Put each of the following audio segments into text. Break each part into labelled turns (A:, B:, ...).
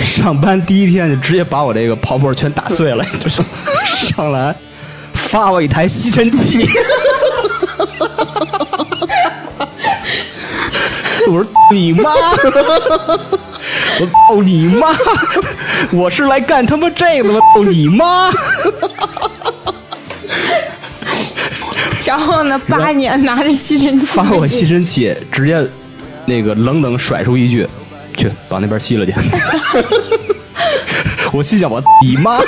A: 上班第一天就直接把我这个泡沫全打碎了，你知道吗上来发我一台吸尘器。 我说你妈！我操你妈！我是来干他妈这个的吗？操你妈！
B: 然后呢，八年拿着吸尘器，
A: 发我 吸尘器，直接那个冷冷甩出一句：“去往那边吸了去。” 我心想：“我 你妈！
B: 哦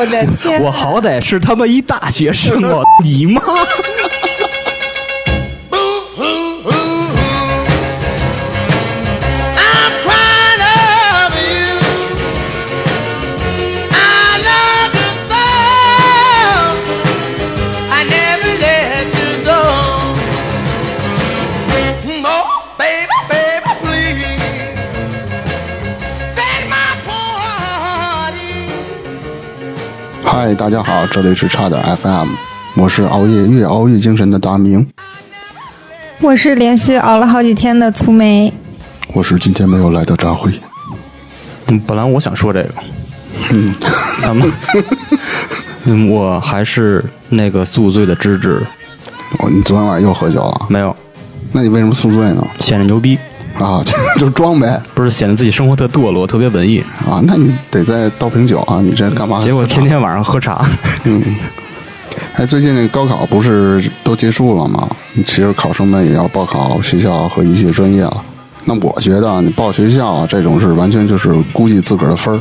B: 我的天！
A: 我好歹是他妈一大学生， 我你妈！”
C: Ooh, ooh, ooh. I'm crying over you. I love you so. I never let you go. Oh, baby, baby, please set my poor heart ease.
D: 嗨，大家好，这里是差点 FM，我是熬夜越熬越精神的大明，
B: 我是连续熬了好几天的粗眉，
D: 我是今天没有来的张辉。
A: 嗯，本来我想说这个，嗯，咱们，嗯，我还是那个宿醉的芝芝，
D: 哦，你昨天晚上又喝酒了？
A: 没有
D: 那你为什么宿醉呢？
A: 显得牛逼，
D: 啊， 就装呗。
A: 不是显得自己生活特堕落，特别文艺，
D: 啊，那你得再倒瓶酒啊！你这干嘛？
A: 结果天天晚上喝茶，
D: 哎，最近那个高考不是都结束了吗？其实考生们也要报考学校和一些专业了。那我觉得啊你报学校啊这种是完全就是估计自个儿的分儿。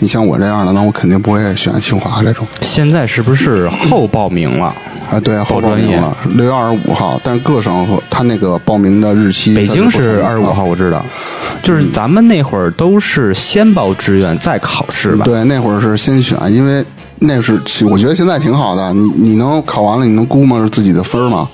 D: 你像我这样的，那我肯定不会选清华这种。
A: 现在是不是后报名了？
D: 啊，对啊，后
A: 报
D: 报
A: 专
D: 名
A: 业
D: 了，六月二十五号，但各省和他那个报名的日期，
A: 北京
D: 它不同啊
A: 是
D: 的
A: 二十五号，。我知道，就是咱们那会儿都是先报志愿再考试吧？
D: 对，那会儿是先选，因为那是其我觉得现在挺好的，你你能考完了，你能估摸着自己的分儿吗？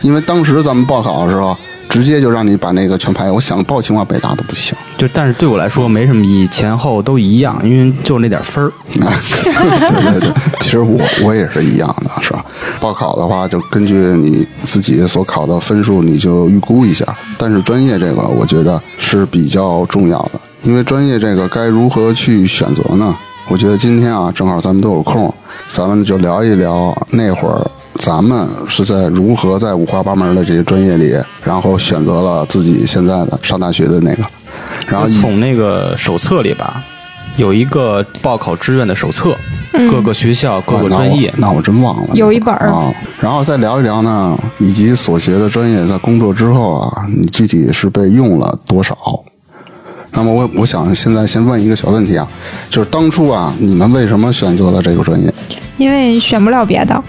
D: 因为当时咱们报考的时候，直接就让你把那个全排，我想报清华北大都不行。
A: 就但是对我来说没什么意义，前后都一样，因为就那点分儿。
D: 对对对， 其实我我也是一样的，是吧？报考的话，就根据你自己所考的分数，你就预估一下。但是专业这个，我觉得是比较重要的，因为专业这个该如何去选择呢？我觉得今天啊，正好咱们都有空，咱们就聊一聊那会儿咱们是在如何在五花八门的这些专业里，然后选择了自己现在的上大学的那个，然后
A: 我
D: 以
A: 从那个手册里吧，有一个报考志愿的手册，各个学校、各个专业
D: 啊，那我那我真忘了
B: 有一本儿
D: 啊。然后再聊一聊呢，以及所学的专业在工作之后啊，你具体是被用了多少？那么我我想现在先问一个小问题啊，就是当初啊，你们为什么选择了这个专业？
B: 因为选不了别的。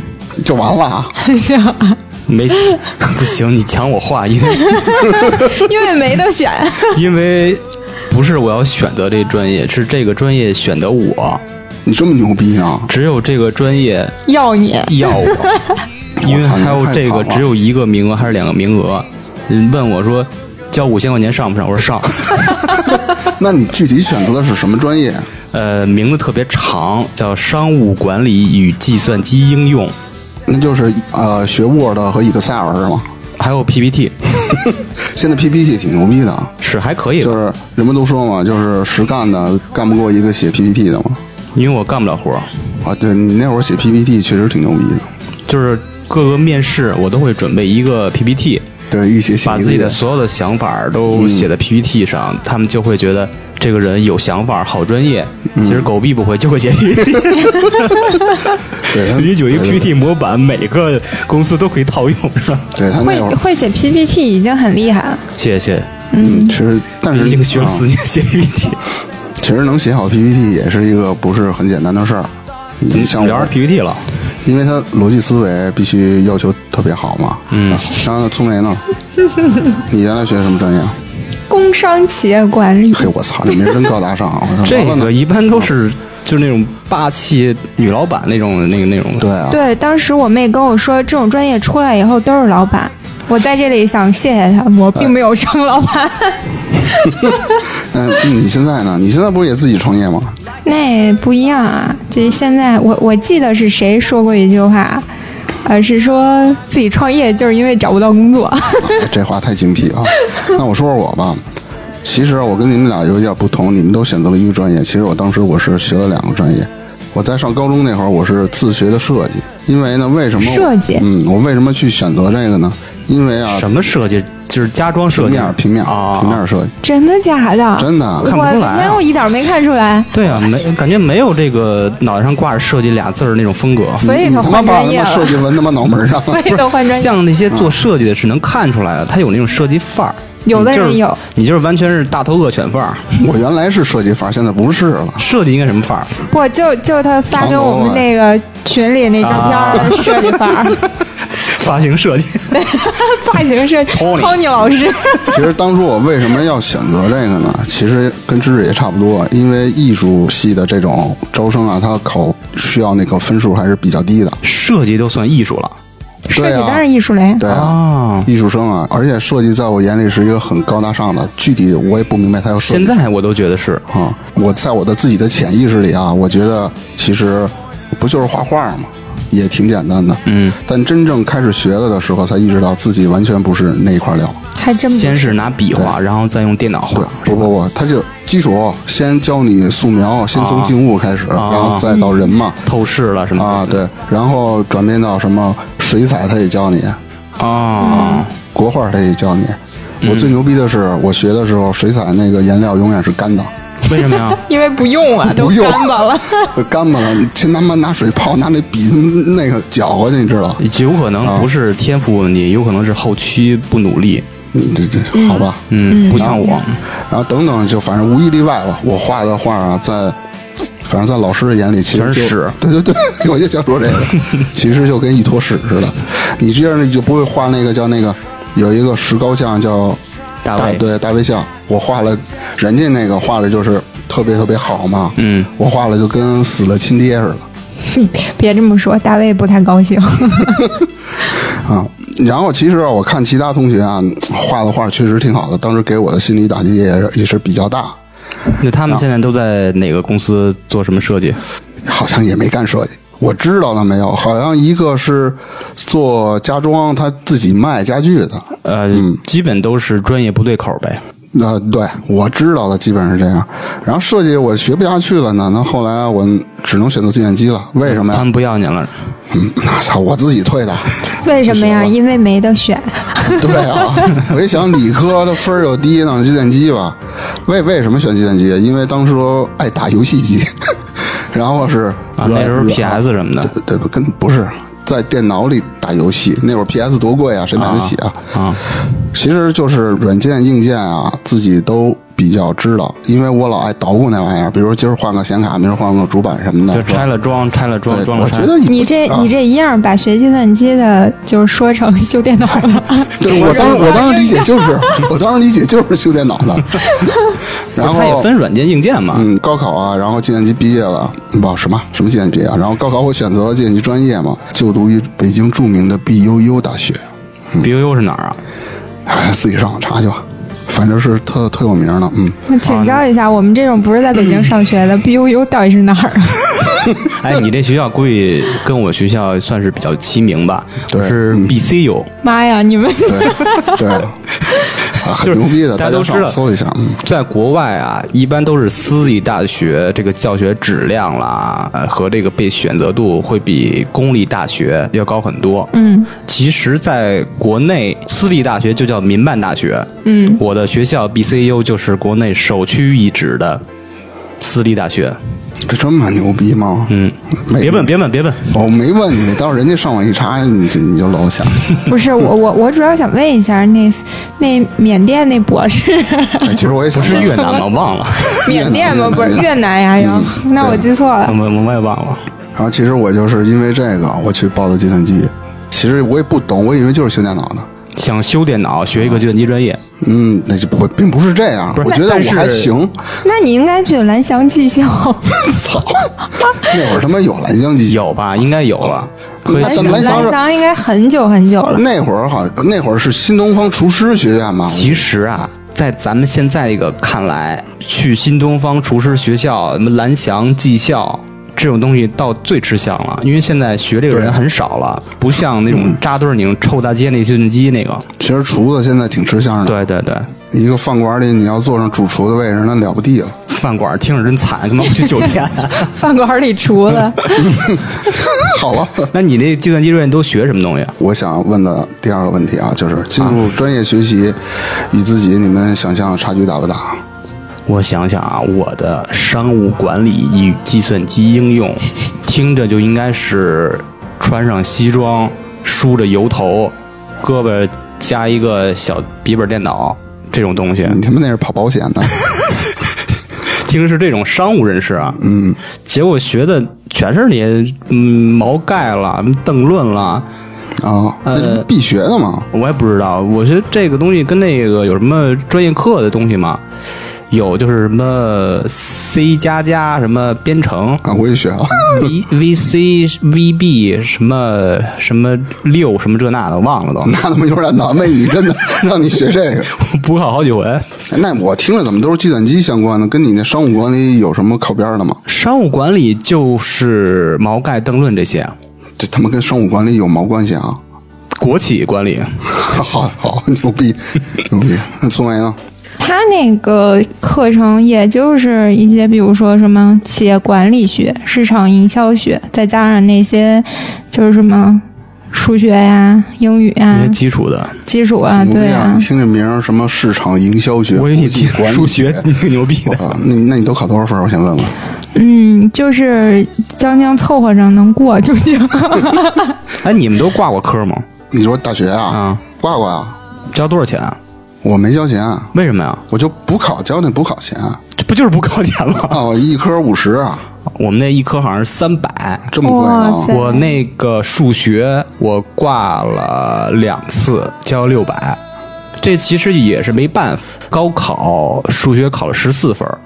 D: 就完了啊？
A: 没 不行，你抢我话，因 为
B: 因为没得选。
A: 因为不是我要选择这专业，是这个专业选择我，
D: 你这么牛逼啊？
A: 只有这个专业
B: 要你
A: 要 我，因为
D: 我操你
A: 还有
D: 太
A: 这
D: 惨
A: 个
D: 了
A: 只有一个名额还是两个名额，嗯问我说交五千块钱上不上？ 我说上，
D: 那你具体选择的是什么专业？
A: 呃，名字特别长，叫商务管理与计算机应用，
D: 那就是呃学 Word 和 Excel 是吗？
A: 还有 PPT
D: 现在 PPT 挺牛逼的啊，
A: 是还可以吧，
D: 就是人们都说嘛，就是实干的干不过一个写 PPT 的嘛。
A: 因为我干不了活儿。
D: 啊，对你那会儿写 PPT 确实挺牛逼的，
A: 就是各个面试我都会准备一个 PPT，
D: 对，一写写
A: 把
D: 一
A: 自己的
D: 个月
A: 所有的想法都写在 PPT
D: 嗯
A: 上，他们就会觉得这个人有想法，好专业。
D: 嗯
A: 其实狗屁不会，就会写 PPT。
D: 对他
A: 你有一个
D: 对
A: PPT 模板，每个公司都可以套用上。
D: 对他
B: 会
D: 那会儿，
B: 会写 PPT 已经很厉害了，
A: 谢谢，
D: 嗯，其实但是
A: 毕竟学了
D: 啊
A: 四年写 PPT，
D: 其实能写好 PPT 也是一个不是很简单的事儿。你像
A: 聊
D: 我
A: 着，PPT 了。
D: 因为他逻辑思维必须要求特别好嘛。嗯，然后聪梅呢？你原来学什么专业？啊
B: 工商企业管理
D: 嘿，我操，你这真高大上啊！我操
A: 这
D: 完了呢
A: 个一般都是就那种霸气女老板那种那个那种。
D: 对啊，
B: 对，当时我妹跟我说，这种专业出来以后都是老板。我在这里想谢谢她，我并没有成老板。
D: 那你现在呢？你现在不是也自己创业吗？
B: 那不一样啊，就是现在我我记得是谁说过一句话，呃，是说自 己创业就是因为找不到工作。
D: 哎这话太精辟啊！那我说说我吧，其实啊我跟你们俩有一点不同，你们都选择了一个专业。其实我当时我是学了两个专业。我在上高中那会儿，我是自学的设计，因为呢，为什么我
B: 设计
D: 嗯，我为什么去选择这个呢？因为啊，
A: 什么设计？就是家装设
D: 平
A: 计
D: 面儿平面儿
A: 啊，
D: 平面儿设计，
B: 真的假的？
D: 真的
B: 我
A: 看不出来啊
B: 没有一点没看出来，
A: 对啊，没感觉没有这个脑袋上挂着设计俩字儿那种风格。
B: 所以
D: 你
B: 他
D: 他妈
B: 换
D: 把
B: 专
D: 他
B: 业
D: 妈设
B: 了，
D: 计纹他妈脑门儿上，
B: 所以都换专业。
A: 像那些做设计的是能看出来的，他有那种设计范儿。
B: 有的
A: 你就是
B: 人有，
A: 你就是完全是大头恶犬范儿。
D: 我原来是设计范儿，现在不是了。
A: 设计应该什么范儿？
B: 不就就他发给
D: 长头
B: 我们
D: 发
B: 那个群里那照片
A: 啊
B: 儿的设计范 儿，
A: 发型设计。
B: 发型是
A: Tony
B: Tony 老师。
D: 其实当初我为什么要选择这个呢？其实跟知识也差不多，因为艺术系的这种招生啊，它考需要那个分数还是比较低的。
A: 设计都算艺术了
B: 设
D: 对
B: 计
D: 啊
B: 当然艺术了呀，
D: 对啊，
A: 啊！
D: 艺术生啊，而且设计在我眼里是一个很高大上的，具体我也不明白它要设
A: 现
D: 计
A: 在我都觉得是，
D: 啊。我在我的自己的潜意识里啊，我觉得其实不就是画画嘛，也挺简单的。嗯，但真正开始学了的时候，才意识到自己完全不是那一块料。
B: 还真不
A: 先是拿笔画，然后再用电脑画，
D: 不不不，它就基础先教你素描，先从静物开始，然后再到人嘛。
A: 透视了什
D: 啊
A: 么，
D: 对，然后转变到什么水彩，它也教你，
A: 的啊？
D: 国画它也教你。我最牛逼的是，我学的时候水彩那个颜料永远是干 的，
A: 为什么呀？
B: 因为不用啊，都
D: 不用
B: 干巴了。
D: 干巴了，先他妈拿水泡，拿那笔那个搅和去，你知道？
A: 有可能不是天赋问题，有可能是后期不努力。
D: 嗯，这这好吧。
A: 嗯，不像我，
D: 然后等等，就反正无一例外吧。我画的画啊，在反正在老师的眼里，其实
A: 全是
D: 就
A: 屎
D: 对对 对，我就想说这个，其实就跟一坨屎似的。你这样你就不会画那个叫那个有一个石膏像叫
A: 大
D: 大
A: 卫
D: 对大卫像，我画了人家那个画的就是特别特别好嘛，
A: 嗯，
D: 我画了就跟死了亲爹似的。
B: 别这么说，大卫不太高兴。
D: 啊。然后其实啊我看其他同学啊画的画确实挺好的，当时给我的心理打击也是也是比较大，
A: 那他们现在都在哪个公司做什么设计？
D: 好像也没干设计。我知道他没有，好像一个是做家装，他自己卖家具的。
A: 呃，
D: 嗯
A: 基本都是专业不对口呗。
D: 那、呃对我知道的基本是这样。然后设计我学不下去了呢，那后来我只能选择计算机了。为什么
A: 他
D: 呀？
A: 们不要你了，
D: 嗯， 那操，我自己退的。
B: 为什么呀？
D: 不行了
B: 因为没得选。
D: 对啊，我一想理科的分儿又低，那计算机吧。为为什么选计算机？因为当时我爱打游戏机， 然后是
A: 啊那时候
D: 软
A: PS 什么的
D: 对对，跟不是在电脑里打游戏，那会儿 PS 多贵啊，谁买得起啊？
A: 啊，
D: 其实就是软件、硬件啊，自己都比较知道，因为我老爱捣鼓那玩意儿，比如今儿换个显卡，明儿换个主板什么的，
A: 就是
D: 吧
A: 拆了装，拆了装，
D: 对
A: 装
D: 我
A: 了
D: 觉
A: 拆。
D: 得
B: 你
D: 不
B: 这
D: 啊
B: 你这一样把学计算机的，就是说成 修电脑的。
D: 对，我当我当时理解就是，我当时理解就是修电脑 的。然
A: 它也
D: 后，
A: 分软件硬件嘛。
D: 嗯，高考啊，然后计算机毕业了，嗯不什么什么计算机毕业啊，然后高考我选择了计算机专业嘛，就读于北京著名的 BUU 大学，嗯
A: BUU 是哪 儿啊？
D: 哎，自己上网查去吧，反正是特特有名的，嗯，
B: 请教一下，我们这种不是在北京上学 的，BUU 到底是哪儿 啊？
A: 哎，你这学校估计跟我学校算是比较齐名吧？
D: 对嗯
A: 是 BCU，
B: 妈呀，你们
D: 对 对，啊，
A: 就
D: 很
A: 是
D: 牛逼的，
A: 大
D: 大
A: 家都
D: 家
A: 知
D: 上
A: 道
D: 网搜一下，嗯，
A: 在国外啊，一般都是私立大学这个教学质量啦呃和这个被选择度会比公立大学要高很多。嗯，其实在国内，私立大学就叫民办大学。嗯，我的学校 BCU 就是国内首屈一指的私立大学。
D: 这这么牛逼吗？嗯，
A: 别问，别问，别问，
D: 我没问你，到时候人家上网一查，你就你就露馅了。
B: 不是我我我主要想问一下，那那缅甸那博士，
D: 哎，其实我也
A: 不
D: 想
A: 是
D: 问
A: 越南吗？忘了，
B: 缅甸吗？
D: 越南
B: 不是越南呀？哟，
D: 嗯
B: 那我记错了
A: 我。我也忘了。
D: 然后其实我就是因为这个，我去报的计算机。其实我也不懂，我以为就是修电脑的。
A: 想修电脑，学一个计算机专业。
D: 嗯，那就不并不是这样，
A: 不是
D: 我觉得
A: 但
D: 我
A: 是
D: 还行。
B: 那你应该去蓝翔技校，
D: 操，那会儿他妈有蓝翔机，
A: 有吧？应该有了。可以
D: 哎
A: 新
D: 蓝
A: 东
D: 翔
A: 方
B: 蓝翔应该很久很久了。
D: 那会儿好，那会儿是新东方厨师学院嘛。
A: 其实啊，在咱们现在这个看来，去新东方厨师学校、什么蓝翔技校，这种东西到最吃香了，因为现在学这个人很少了，不像那种扎堆儿拧臭大街那计算机那个。
D: 其实厨子现在挺吃香的，
A: 对对对，
D: 一个饭馆里你要坐上主厨的位置，那了不地了。嗯
A: 饭馆儿听着真惨，他妈不去酒 店。
B: 饭馆里厨子，
D: 好吧，
A: 那你那计算机专业都学什么东西啊？
D: 我想问的第二个问题啊，就是进入专业学习与自己你们想象的差距大不大？
A: 我想想啊，我的商务管理与计算机应用，听着就应该是穿上西装，梳着油头，胳膊加一个小笔记本电脑这种东西，
D: 你他妈那是跑保险的，
A: 听着是这种商务人士啊。嗯，结果学的全是那些嗯毛概了、邓论了。
D: 啊，那必学的嘛。
A: 我也不知道，我觉得这个东西跟那个有什么专业课的东西吗？有，就是什么 C 加加，什么编程
D: 啊，我也学啊，
A: ，V V C V B，什么什么六，什么这那的，忘了都，
D: 那他妈有点难为你，真的 让你学这个。
A: 补考好几回。
D: 那我听着怎么都是计算机相关的，跟你那商务管理有什么靠边的吗？
A: 商务管理就是毛概、邓论这些，
D: 这他妈跟商务管理有毛关系啊？
A: 国企管理。
D: 好好牛逼牛逼！那宋岩呢？
B: 他那个课程也就是一些，比如说什么企业管理学、市场营销学，再加上那些就是什么数学呀、英语
A: 一
B: 呀
A: 些、基础的，
B: 基础啊，
D: 牛逼
B: 对啊
D: 你，听这名儿，什么市场营销学、
A: 我以为你
D: 国际
A: 提
D: 管理
A: 数学
D: 学
A: 挺牛逼的，
D: 啊，那那你都考多少分儿？我先问问。
B: 嗯，就是将将凑合着能过就行。
A: 哎，你们都挂过科吗？
D: 你说大学啊，
A: 啊，
D: 挂挂啊，
A: 交多少钱啊？
D: 我没交钱，啊
A: 为什么呀？
D: 我就补考交那补考钱啊
A: 这不就是不靠前吗？
D: 哦，一科五十啊，
A: 我们那一科好像是三百。
D: 这么贵啊呢？
B: 哇塞
A: 我那个数学我挂了两次，交六百，这其实也是没办法。高考数学考了十四 分儿，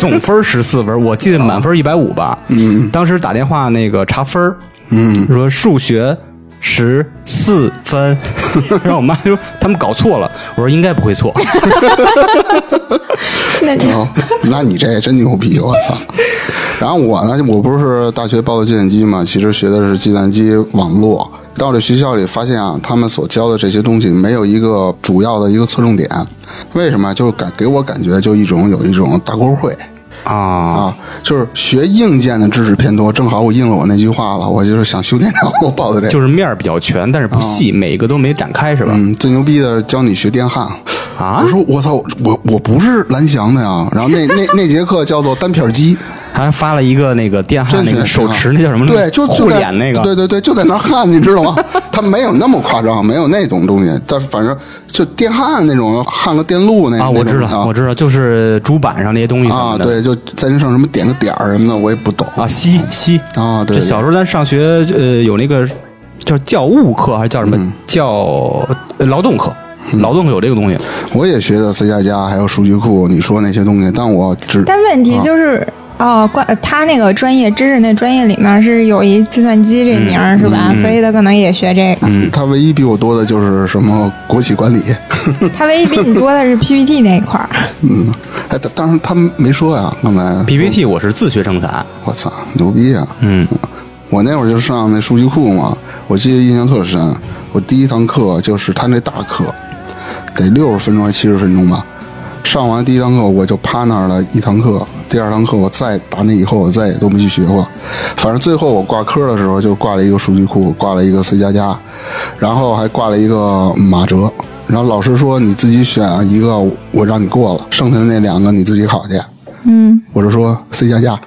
A: 总分十四分儿，我记得满分一百五吧。嗯，当时打电话那个查分儿，嗯，说数学十四 分，然后我妈就说他们搞错了，我说应该不会错。
B: 那你
A: 啊
D: 哦， 那你这也真牛逼，我操！然后我呢，我不是大学报的计算机嘛，其实学的是计算机网络。到这学校里发现啊，他们所教的这些东西没有一个主要的一个侧重点，为什么？就是感给我感觉就一种有一种大锅会
A: 啊，
D: 啊，就是学硬件的知识偏多。正好我应了我那句话了，我就是想修电脑，我报的这个。
A: 就是面儿比较全，但是不细，每个都没展开是吧？
D: 嗯，最牛逼的教你学电焊。
A: 啊
D: 我说我操，我我不是蓝翔的呀。然后那那那节课叫做单片机，
A: 还发了一个那个电焊
D: 真
A: 啊那
D: 学
A: 个手持那叫什么？
D: 对，就就
A: 护
D: 在
A: 脸那个。
D: 对对对，就在那儿焊，你知道吗？他没有那么夸张，没有那种东西，但是反正就电焊那种，焊个电路那
A: 啊，我知
D: 那种
A: 道，
D: 啊
A: 我知道，就是主板上那些东西什
D: 啊，
A: 么的。
D: 对，就在那上什么点个点儿什么的，我也不懂
A: 啊，吸吸
D: 啊对
A: 这小时候咱上学，呃，有那个叫教务课还是叫什么？
D: 嗯
A: 叫呃劳动课，劳动课有这个东西。
D: 我也学的 C 加加，还有数据库，你说那些东西，但我只
B: 但问题就是，哦，关他那个专业知识那专业里面是有一计算机这名儿、是吧？所以他可能也学这个。
D: 嗯，他唯一比我多的就是什么国企管理，
B: 他唯一比你多的是 PPT 那一块儿，
D: 嗯，哎，但当时他们没说呀，刚才
A: PPT 我是自学成才，
D: 我操，牛逼啊！
A: 嗯，
D: 我那会儿就上那数据库嘛，我记得印象特深。我第一堂课就是他那大课，得六十分钟还七十分钟吧。上完第一堂课我就趴那儿了一堂课，第二堂课我再打那以后我再也都没去学过。反正最后我挂科的时候就挂了一个数据库，挂了一个 C 加加，然后还挂了一个马哲。然后老师说你自己选一个，我让你过了，剩下的那两个你自己考去。嗯，我就说 C 加加。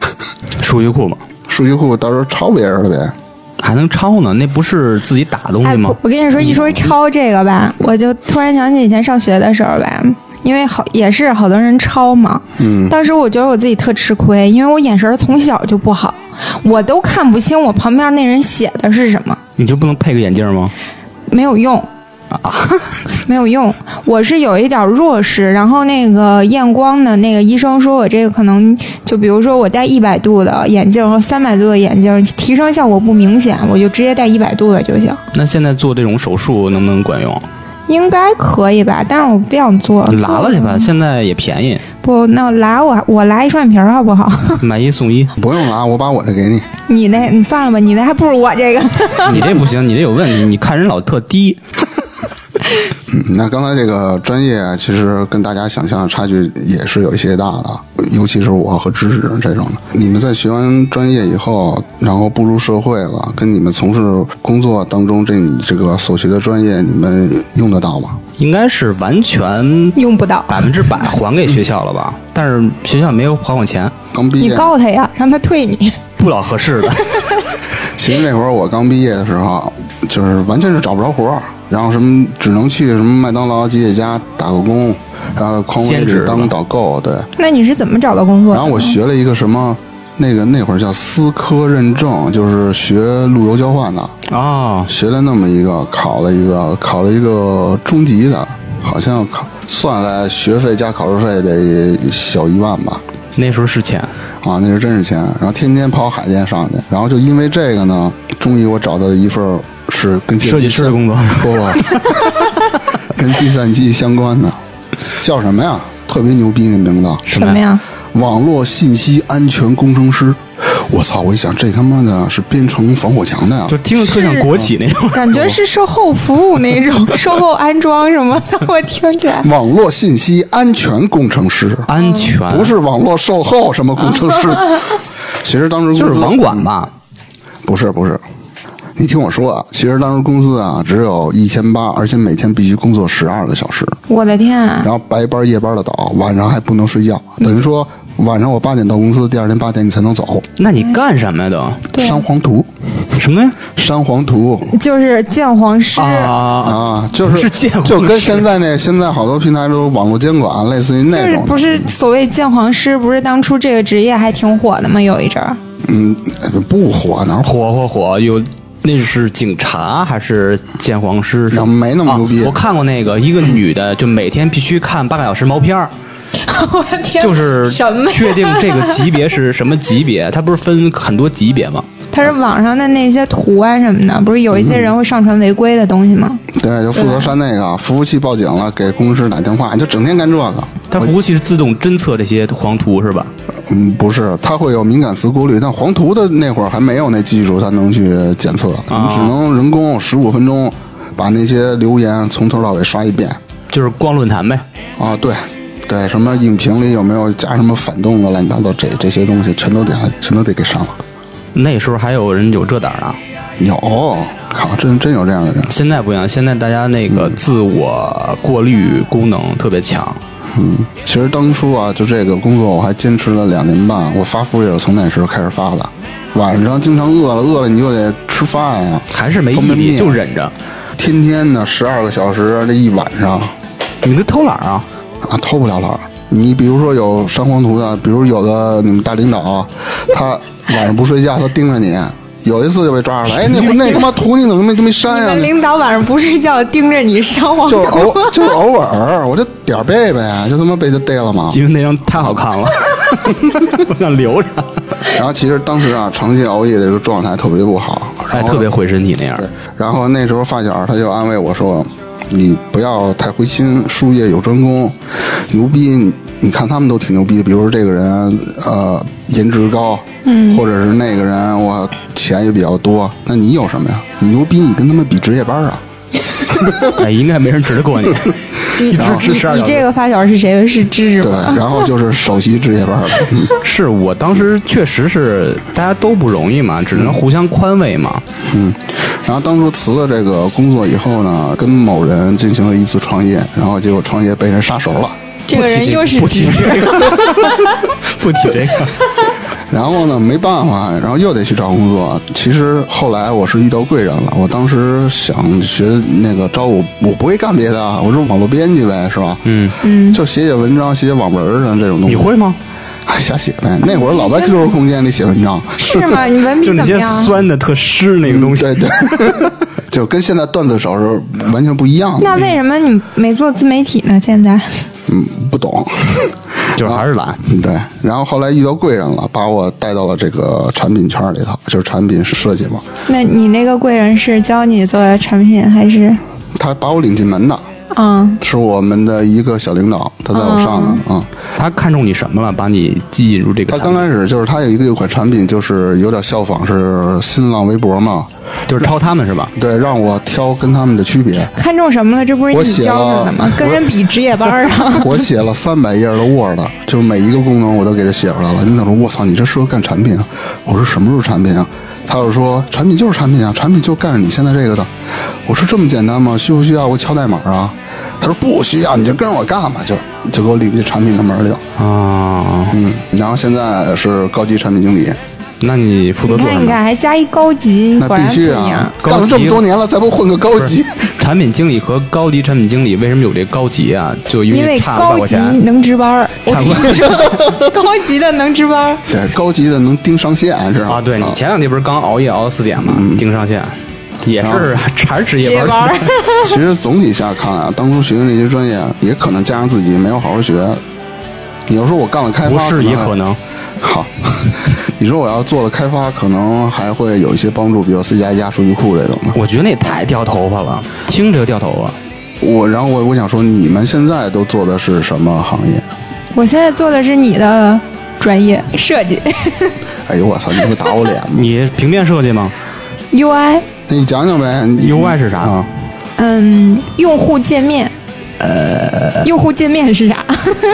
A: 数据库嘛，
D: 数据库到时候抄别人了呗。
A: 还能抄呢？那不是自己打的东
B: 哎，
A: 西嗯吗
B: 不？我跟你说，一说抄这个吧，我就突然想起以前上学的时候吧，因为好也是好多人抄嘛。嗯，当时我觉得我自己特吃亏，因为我眼神从小就不好，我都看不清我旁边那人写的是什么，
A: 你就不能配个眼镜吗？
B: 没有用。 没有用，我是有一点弱视。然后那个验光的那个医生说，我这个可能就比如说我戴一百度的眼镜和三百度的眼镜，提升效果不明显，我就直接戴一百度的就行。啊
A: 那现在做这种手术能不能管用？
B: 应该可以吧？但是我不想做，
A: 拉了去
B: 嗯
A: 吧，现在也便宜，
B: 不，那拉我我拉一双眼皮儿好不好？
A: 买一送一。
D: 不用拿，啊我把我这给你。
B: 你那，你算了吧，你那还不如我这个。
A: 你这不行，你这有问题，你看人老特低。
D: 嗯那刚才这个专业其实跟大家想象的差距也是有一些大的，尤其是我和知识这种的。你们在学完专业以后，然后步入社会了，跟你们从事工作当中，这你这个所学的专业，你们用得到吗？
A: 应该是完全
B: 用不到。
A: 百分之百还给学校了吧？但是学校没有还我钱，
D: 刚毕
B: 你
D: 业，
B: 告他呀，让他退你。
A: 不老合适的。
D: 其实那会儿我刚毕业的时候，就是完全是找不着活儿，然后什么只能去什么麦当劳、吉野家打个工，然后匡威
A: 兼职吧
D: 里当导购，对。
B: 那你是怎么找到工作的？
D: 然后我学了一个什么，那个那会儿叫思科认证，就是学陆游交换的，
A: 哦，
D: 学了那么一个，考了一个，考了一个中级的，好像考算下来学费加考试费得小一万吧。
A: 那时候是钱，
D: 啊，那是真是钱，然后天天跑海淀上去，然后就因为这个呢，终于我找到了一份儿是跟计
A: 设计师的工作
D: 不不，跟计算机相关 的，叫什么呀？特别牛逼那名字，
A: 什
B: 什么？呀？
D: 网络信息安全工程师。我操！我一想，这他妈的是编程防火墙的呀！
A: 就听着特像国企那种。
B: 感觉是售后服务那种， 售后安装什么的，我听起来。
D: 网络信息安全工程师，
A: 安全
D: 不是网络售后什么工程师。 其实当时
A: 就
D: 公
A: 是
D: 司
A: 网管吧？
D: 不是不是，你听我说啊，其实当时工资啊只有一千八，而且每天必须工作十二个小时，
B: 我的天啊！
D: 然后白班夜班的倒，晚上还不能睡觉，
A: 嗯
D: 等于说晚上我八点到公司，第二天八点你才能走。
A: 那你干什么呀都？
B: 对
D: 山黄图，
A: 什么呀？
D: 山黄图。
B: 就是鉴黄师，
A: 啊，
D: 啊，就是
A: 是监控
D: 就跟
A: 是
D: 现在那现在好多平台都网络监管，类似于
B: 就
D: 那
B: 是
D: 种的。
B: 不是所谓鉴黄师，不是当初这个职业还挺火的吗？有一阵儿，
D: 嗯，不火哪儿火？
A: 火火火有。那是警察还是鉴黄师？
D: 那没那么牛逼
A: 啊我看过那个，一个女的就每天必须看八个小时毛片儿，
B: 我的 天，
A: 就是
B: 什么呀？
A: 确定这个级别是什么级 别，它不是分很多级别吗？
B: 他是网上的那些图案什么的，不是有一些人会上传违规的东西吗？
D: 对，就负责删那个服务器报警了，给工程师打电话，就整天干这个。
A: 它服务器是自动侦测这些黄图是吧？
D: 嗯，不是，它会有敏感词过滤，但黄图的那会儿还没有那技术，它能去检测，我们只能人工十五分钟把那些留言从头到尾刷一遍。
A: 就是逛论坛呗。
D: 啊，对，对，什么影评里有没有加什么反动的乱七八糟这这些东西，全都得全都得给删了。
A: 那时候还有人有这胆儿呢，
D: 有，靠，真真有这样的人。
A: 现在不一样，现在大家那个自我过滤功能特别强。
D: 其实当初啊，就这个工作我还坚持了两年半，我发福也是从那时候开始发的。晚上经常饿了，饿了你就得吃饭呀、
A: 还是没毅
D: 方便
A: 力，
D: 面
A: 就忍着。
D: 天天的十二个小时，这一晚上
A: 你那偷懒儿啊？
D: 啊，偷不了懒儿。你比如说有删黄图的，比如有的你们大领导，啊他晚上不睡觉，他盯着你，有一次就被抓住了。哎，那 那他妈图你怎么没没删
B: 你
D: 呀、
B: 们领导晚上不睡觉盯着你上网
D: 就是
B: 图，
D: 偶就是偶尔，我这点儿背呗，就他妈被他逮 了嘛。
A: 因为那张太好看了，我想留着。
D: 然后其实当时啊，长期熬夜的这个状态特别不好，
A: 哎，
D: 然后
A: 特别毁身体那样。
D: 然后那时候发小他就安慰我说：“你不要太灰心，术业有专攻，牛逼！你你看他们都挺牛逼，比如说这个人呃颜值高，嗯，或者是那个人我钱也比较多，那你有什么呀？你牛逼，你跟他们比值夜班啊！
A: 哎，应该没人指得过你。
B: 你
A: 然后
B: 你
A: 是12
B: 你
A: 小时
B: 这个发小是谁？是芝芝
D: 对
B: 吗？，
D: 然后就是首席值夜班了。嗯
A: 是我当时确实是大家都不容易嘛，只能互相宽慰嘛。
D: 嗯，然后当初辞了这个工作以后呢，跟某人进行了一次创业，然后结果创业被人杀熟了。
B: 这个人又是
A: 不提
B: 芝
A: 这
B: 芝。
A: 个，不提这个。
D: 然后呢，没办法，然后又得去找工作。其实后来我是遇到贵人了，我当时想学那个招我，我不会干别的啊，我说网络编辑呗，是吧？
A: 嗯
D: 嗯，就写写文章、写写网文儿啊这种东
A: 你
D: 西。
A: 会吗？
D: 哎？瞎写呗。那会儿老在 QQ 空间里写文章，
B: 是吗？ 你文笔
A: 就
B: 怎
A: 那
B: 么
A: 些
B: 样？啊
A: 酸的特湿那个东西，
D: 对 对，就跟现在段子手是完全不一样的。
B: 那为什么你没做自媒体呢？现在
D: 嗯，不懂。
A: 就是还是懒。
D: 嗯，对。然后后来遇到贵人了，把我带到了这个产品圈里头，就是产品设计嘛。
B: 那你那个贵人是教你做产品还是？
D: 他把我领进门的，
B: 嗯，
D: 是我们的一个小领导，他在我上面啊、嗯
A: 他看中你什么了，把你引入这个
D: 他
A: 产
D: 刚
A: 品？
D: 开始就是他有一个有款产品，就是有点效仿是新浪微博嘛，
A: 就是抄他们是吧？
D: 对，让我挑跟他们的区别。
B: 看中什么了？这不是
D: 我
B: 你
D: 写
B: 教
D: 了
B: 他的吗？跟人比职业班儿 啊，
D: 我写了三百页的 Word，就是每一个功能我都给他写出来了。领导说：“我操，你这适合干产品啊！”我说：“什么时候产品啊？”他就说：“产品就是产品啊，产品就干着你现在这个的。”我说：“这么简单吗？需不需要我敲代码啊？”他说：“不需要，你就跟着我干吧。就”就给我领进产品的门里了。
A: 啊，
D: 嗯，然后现在是高级产品经理，
A: 那你负责
B: 你
A: 做
B: 看
A: 什
B: 你
A: 么？
B: 看，还加一高级，
D: 那
B: 果然不
D: 必须
B: 一样
D: 啊。！干了这么多年了，再不混个高 级，
A: 产品经理和高级产品经理为什么有这高级啊？就
B: 因
A: 为
B: 为
A: 差五百
B: 高
A: 块
B: 级
A: 钱。
B: 能值班儿，我
A: 差不多
B: 高级的能值班 儿。
D: 对，高级的能盯上线，知道吗？
A: 啊，嗯对你前两天不是刚熬夜熬到四点吗？盯上线，也是 还是职
B: 职业
A: 业
B: 班
A: 班
B: 儿
A: 儿。，
D: 其实总体下看啊，当初学的那些专业，啊也可能加上自己没有好好学。你要说我干了开发，
A: 不是也可
D: 能
A: 能。
D: 还好。 你说我要做了开发，可能还会有一些帮助，比如 C 加加数据库这种的。
A: 我觉得那也太掉头发了，听着就掉头发。
D: 我然后我我想说，你们现在都做的是什么行业？
B: 我现在做的是你的专业设 计
D: 哎呦我操，你不打我脸吗？
A: 你平面设计吗
B: UI，
D: 那你讲讲呗。你
A: ？UI 是啥？
D: 啊？
B: 嗯，用户界面。呃，用户界 面是啥？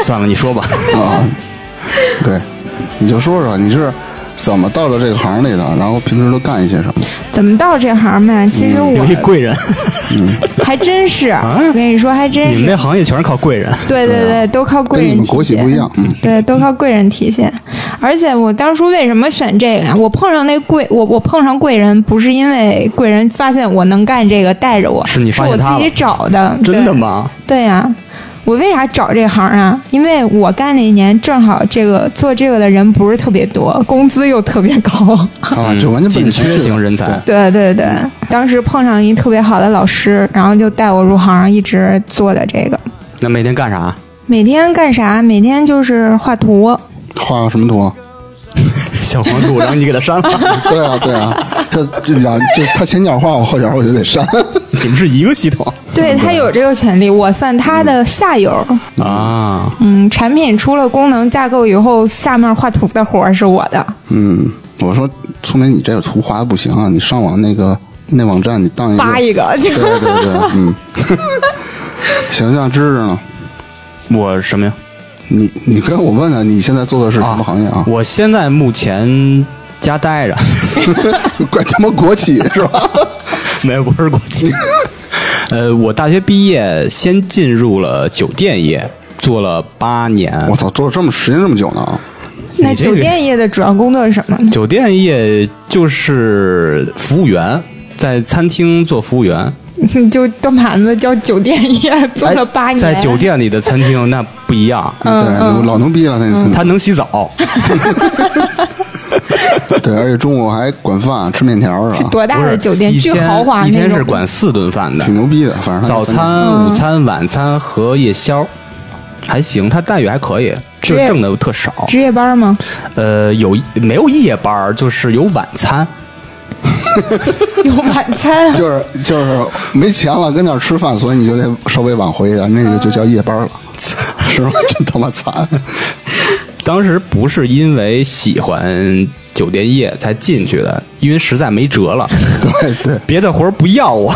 A: 算了，你说 吧。
D: 啊， 对，你就说说你是怎么到了这个行里的，然后平时都干一些什么？
B: 怎么到这行嘛？其实
A: 有
B: 我
A: 一贵人，
B: 还真是，
A: 啊
B: 我跟你说还真
A: 你们
B: 是
A: 这，行业全是靠贵人。
B: 对对对，都靠贵
D: 跟你
B: 人
D: 们
B: 体
D: 国企
B: 现
D: 不一样，嗯，
B: 对，都靠贵人体现。而且我当初为什么选这个呀？啊我碰上那贵，我我碰上贵人，不是因为贵人发现我能干这个带着我，
A: 是
B: 是
A: 你发现
B: 我自
A: 他了
B: 己找的，
A: 真的
B: 对？
A: 吗？
B: 对呀、我为啥找这行啊？因为我干那一年正好这个做这个的人不是特别多，工资又特别高。
D: 啊，就完全奔
A: 紧
D: 着钱去
A: 缺
D: 的
A: 型人才
D: 对
B: 对对对，当时碰上一特别好的老师，然后就带我入行，一直做的这个。
A: 那每天干啥？
B: 每天干啥？每天就是画图，
D: 画什么图？
A: 小黄兔，然后你给他删 了。
D: 对啊，对啊，他这俩就他前脚画我，后脚我就得删。
A: 你们是一个系统
B: 对他有这个权利，我算他的下游。
A: 啊？
B: 嗯，产品出了功能架构以后，下面画图的活儿是我的。
D: 嗯，我说聪明，你这个图画的不行啊，你上网那个那网站你当
A: 嗯
D: 一个，
B: 发一个就
D: 对对对，嗯。 形象知识呢？
A: 我什么呀？
D: 你你跟我问问，你现在做的是什么行业啊？
A: 我现在目前家待着，
D: 怪他妈国企是吧？
A: 没有不是国企。 呃，我大学毕业先进入了酒店业，做了八年。
D: 我操，做了这么时间这么久呢？啊
B: 那
A: 你这个
B: 酒店业的主要工作是什么呢？
A: 酒店业就是服务员，在餐厅做服务员，
B: 就端盘子叫酒店业，做了八年。
A: 哎在酒店里的餐厅那不一样，
D: 嗯
A: 嗯
D: 对，老牛逼了，那你
A: 他能洗澡，
D: 对，而且中午还管饭吃面条啊是吧？
B: 多大
A: 不
B: 的
A: 是
B: 酒店？
A: 一
B: 巨
A: 天
B: 豪华
A: 一
B: 那
A: 天
B: 种。
A: 是管四顿饭的
D: 挺，牛逼的，反正他。
A: 早餐、午餐、
B: 嗯
A: 晚餐和夜宵，还行，他待遇还可以，
B: 职
A: 就
B: 业
A: 挣的特少。
B: 职业班吗？
A: 呃，有没有夜班儿，就是有晚餐。
B: 有晚餐啊
D: 就是就是没钱了，跟那儿吃饭，所以你就得稍微晚回一点，
A: 嗯
D: 那个就叫夜班了， 是 吧？真他妈惨！
A: 当时不是因为喜欢酒店业才进去的，因为实在没辙了。
D: 对对，
A: 别的活儿不要 我，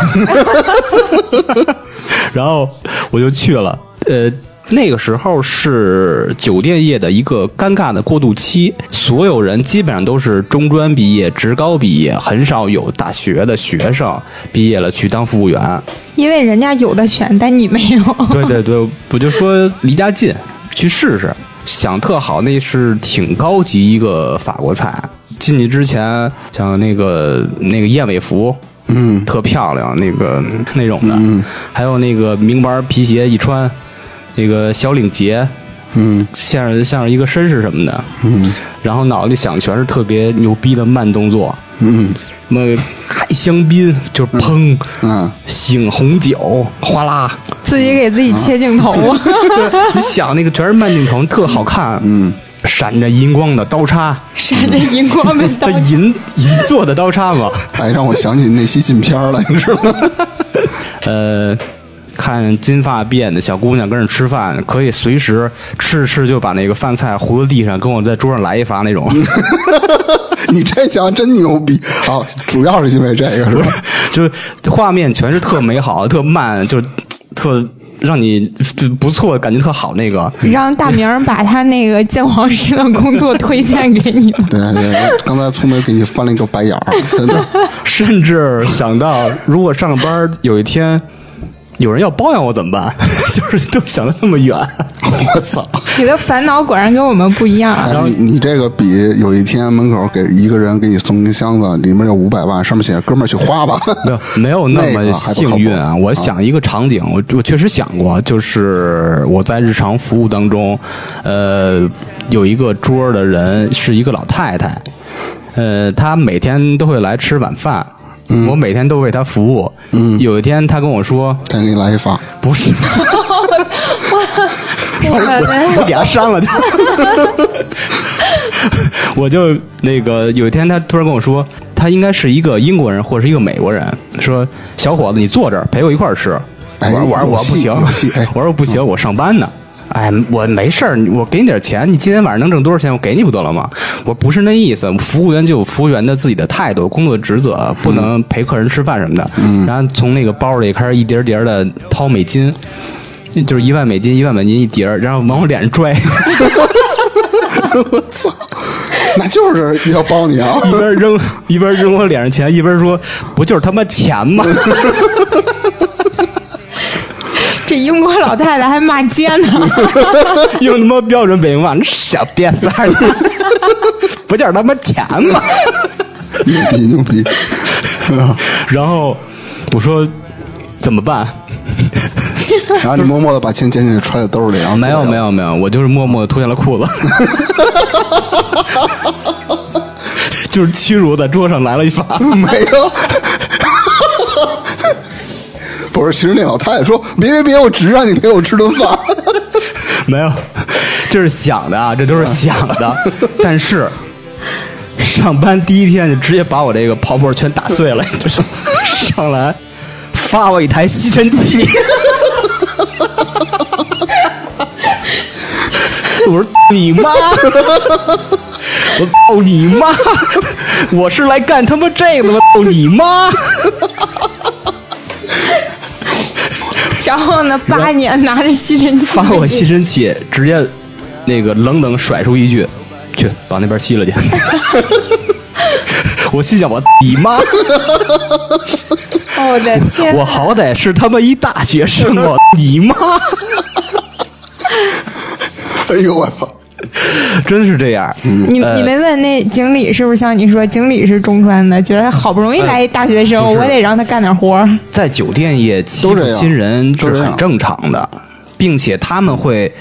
A: 然后我就去了。呃，那个时候是酒店业的一个尴尬的过渡期，所有人基本上都是中专毕业、职高毕业，很少有大学的学生毕业了去当服务员。
B: 因为人家有的选，但你没有。
A: 对对对，我就说离家近，去试试。想特好，那是挺高级一个法国菜。进去之前，像那个那个燕尾服，嗯，特漂亮，那个那种的，嗯，还有那个名牌皮鞋一穿，那个小领结，
D: 嗯，
A: 像是像是一个绅士什么的，嗯，然后脑子里想的全是特别牛逼的慢动作，
D: 嗯
A: 什么开香槟就是砰，
D: 嗯，
A: 醒红酒哗啦，
B: 自己给自己切镜头，啊
A: 嗯你想那个全是慢镜头，特好看，嗯，闪着银光的刀叉，
B: 闪着荧光被
A: 它
B: 当
A: 银银做的刀叉嘛，
D: 哎，让我想起那期禁片儿了，你知道吗？
A: 呃，看金发碧眼的小姑娘跟着吃饭，可以随时吃着吃就把那个饭菜糊在地上，跟我在桌上来一发那种。
D: 你这想法真牛逼啊！主要是因为这个是吧？
A: 就是画面全是特美好、特慢，就是特让你就不错，感觉特好那个。
B: 让大明儿把他那个鉴黄师的工作推荐给你吧。
D: 对对，对刚才聪梅给你翻了一个白眼儿，啊真的。
A: 甚至想到，如果上班儿有一天有人要包养我怎么办？ 就是都想的那么远。
D: 我操！
B: 你的烦恼果然跟我们不一样。啊
D: 哎，你你这个比有一天门口给一个人给你送一箱子，里面有五百万，上面写着“哥们儿去花吧
A: 没有没有那么幸运啊！
D: 那个还不靠谱
A: 我想一个场景，我我确实想过，就是我在日常服务当中，呃，有一个桌儿的人是一个老太太，呃，她每天都会来吃晚饭，我每天都为她服务。有一天她跟我说”，
D: 再给你来一发。：“
A: 不是，
B: 我
A: 我给她删了就。”我就那个有一天，她突然跟我说，她应该是一个英国人或者是一个美国人，说：“小伙子，你坐这儿陪我一块儿吃。”
D: 哎，
A: 我说我说我
D: 有戏
A: 不行
D: 有戏哎，
A: 我说不行，我上班呢。哎，我没事儿，我给你点钱，你今天晚上能挣多少钱，我给你不得了吗？我不是那意思，服务员就有服务员的自己的态度、工作职责，不能陪客人吃饭什么的。
D: 嗯
A: 然后从那个包里开始一叠叠的掏美金，就是一万美金、一万美金一叠儿，然后往我脸上拽，一
D: 我操！那就是要包你啊！
A: 边扔 一边扔我脸上钱，一边说：“不就是他妈钱吗？”
B: 这英国老太太还骂街呢，
A: 用他妈标准北京话，那小瘪三儿， 不就是他妈钱吗？
D: 牛逼牛逼！嗯
A: 然后我说怎么办？
D: 然后你默默的把钱捡起来揣在兜里，然后
A: 没有
D: 走了
A: 没。有没有，我就是默默的脱下了裤子， 就是屈辱在桌上来了一发。
D: 没有。不是，其实那老太太说：“别别别，我只让你陪我吃顿饭。
A: 没有，这是想的啊，这都是想的。但是上班第一天就直接把我这个泡沫全打碎了，上来发我一台吸尘器。我说你妈！我操你妈！我是来干他妈这个的吗？操你妈！
B: 然后呢，八年拿着吸尘器，
A: 发我吸尘器，直接那个冷冷甩出一句：“去把那边吸了去。” 我心想：“我你妈！
B: 哦我的天！
A: 我好歹是他妈一大学生，我你妈！”
D: 哎呦我操！
A: 真是这样。嗯
B: 你你没问那经理是不是像你说，经理是中专的，觉得好不容易来一大学生，
A: 呃不是
B: 我得让他干点活儿。
A: 在酒店业欺
D: 都
A: 负
D: 这样
A: 新人
D: 都
A: 是
D: 这样
A: 很正常的，并且他们会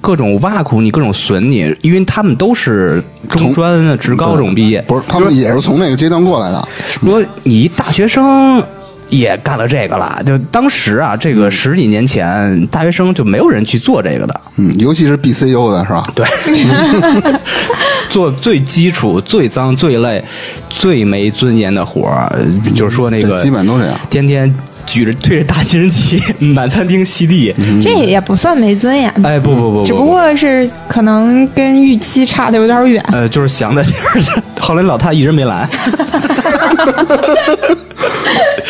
A: 各种挖苦你，各种损你，因为他们都是中专啊、职高这种毕业，
D: 不是，他们也是从那个阶段过来的。
A: 说你大学生也干了这个了，就当时啊，这
D: 嗯
A: 个十几年前，大学生就没有人去做这个的。
D: 嗯，尤其是 BCU 的是吧？
A: 对，做最基础、最脏、最累、最没尊严的活儿，就是说那个
D: 嗯对基本都这样
A: 天天举着推着大吸尘器 满餐厅吸地。
D: 嗯
B: 这也不算没尊严吧，
A: 哎，不不不不，
B: 只不过是可能跟预期差的有点远。
A: 呃，就是想的地儿，后来老太一直没来。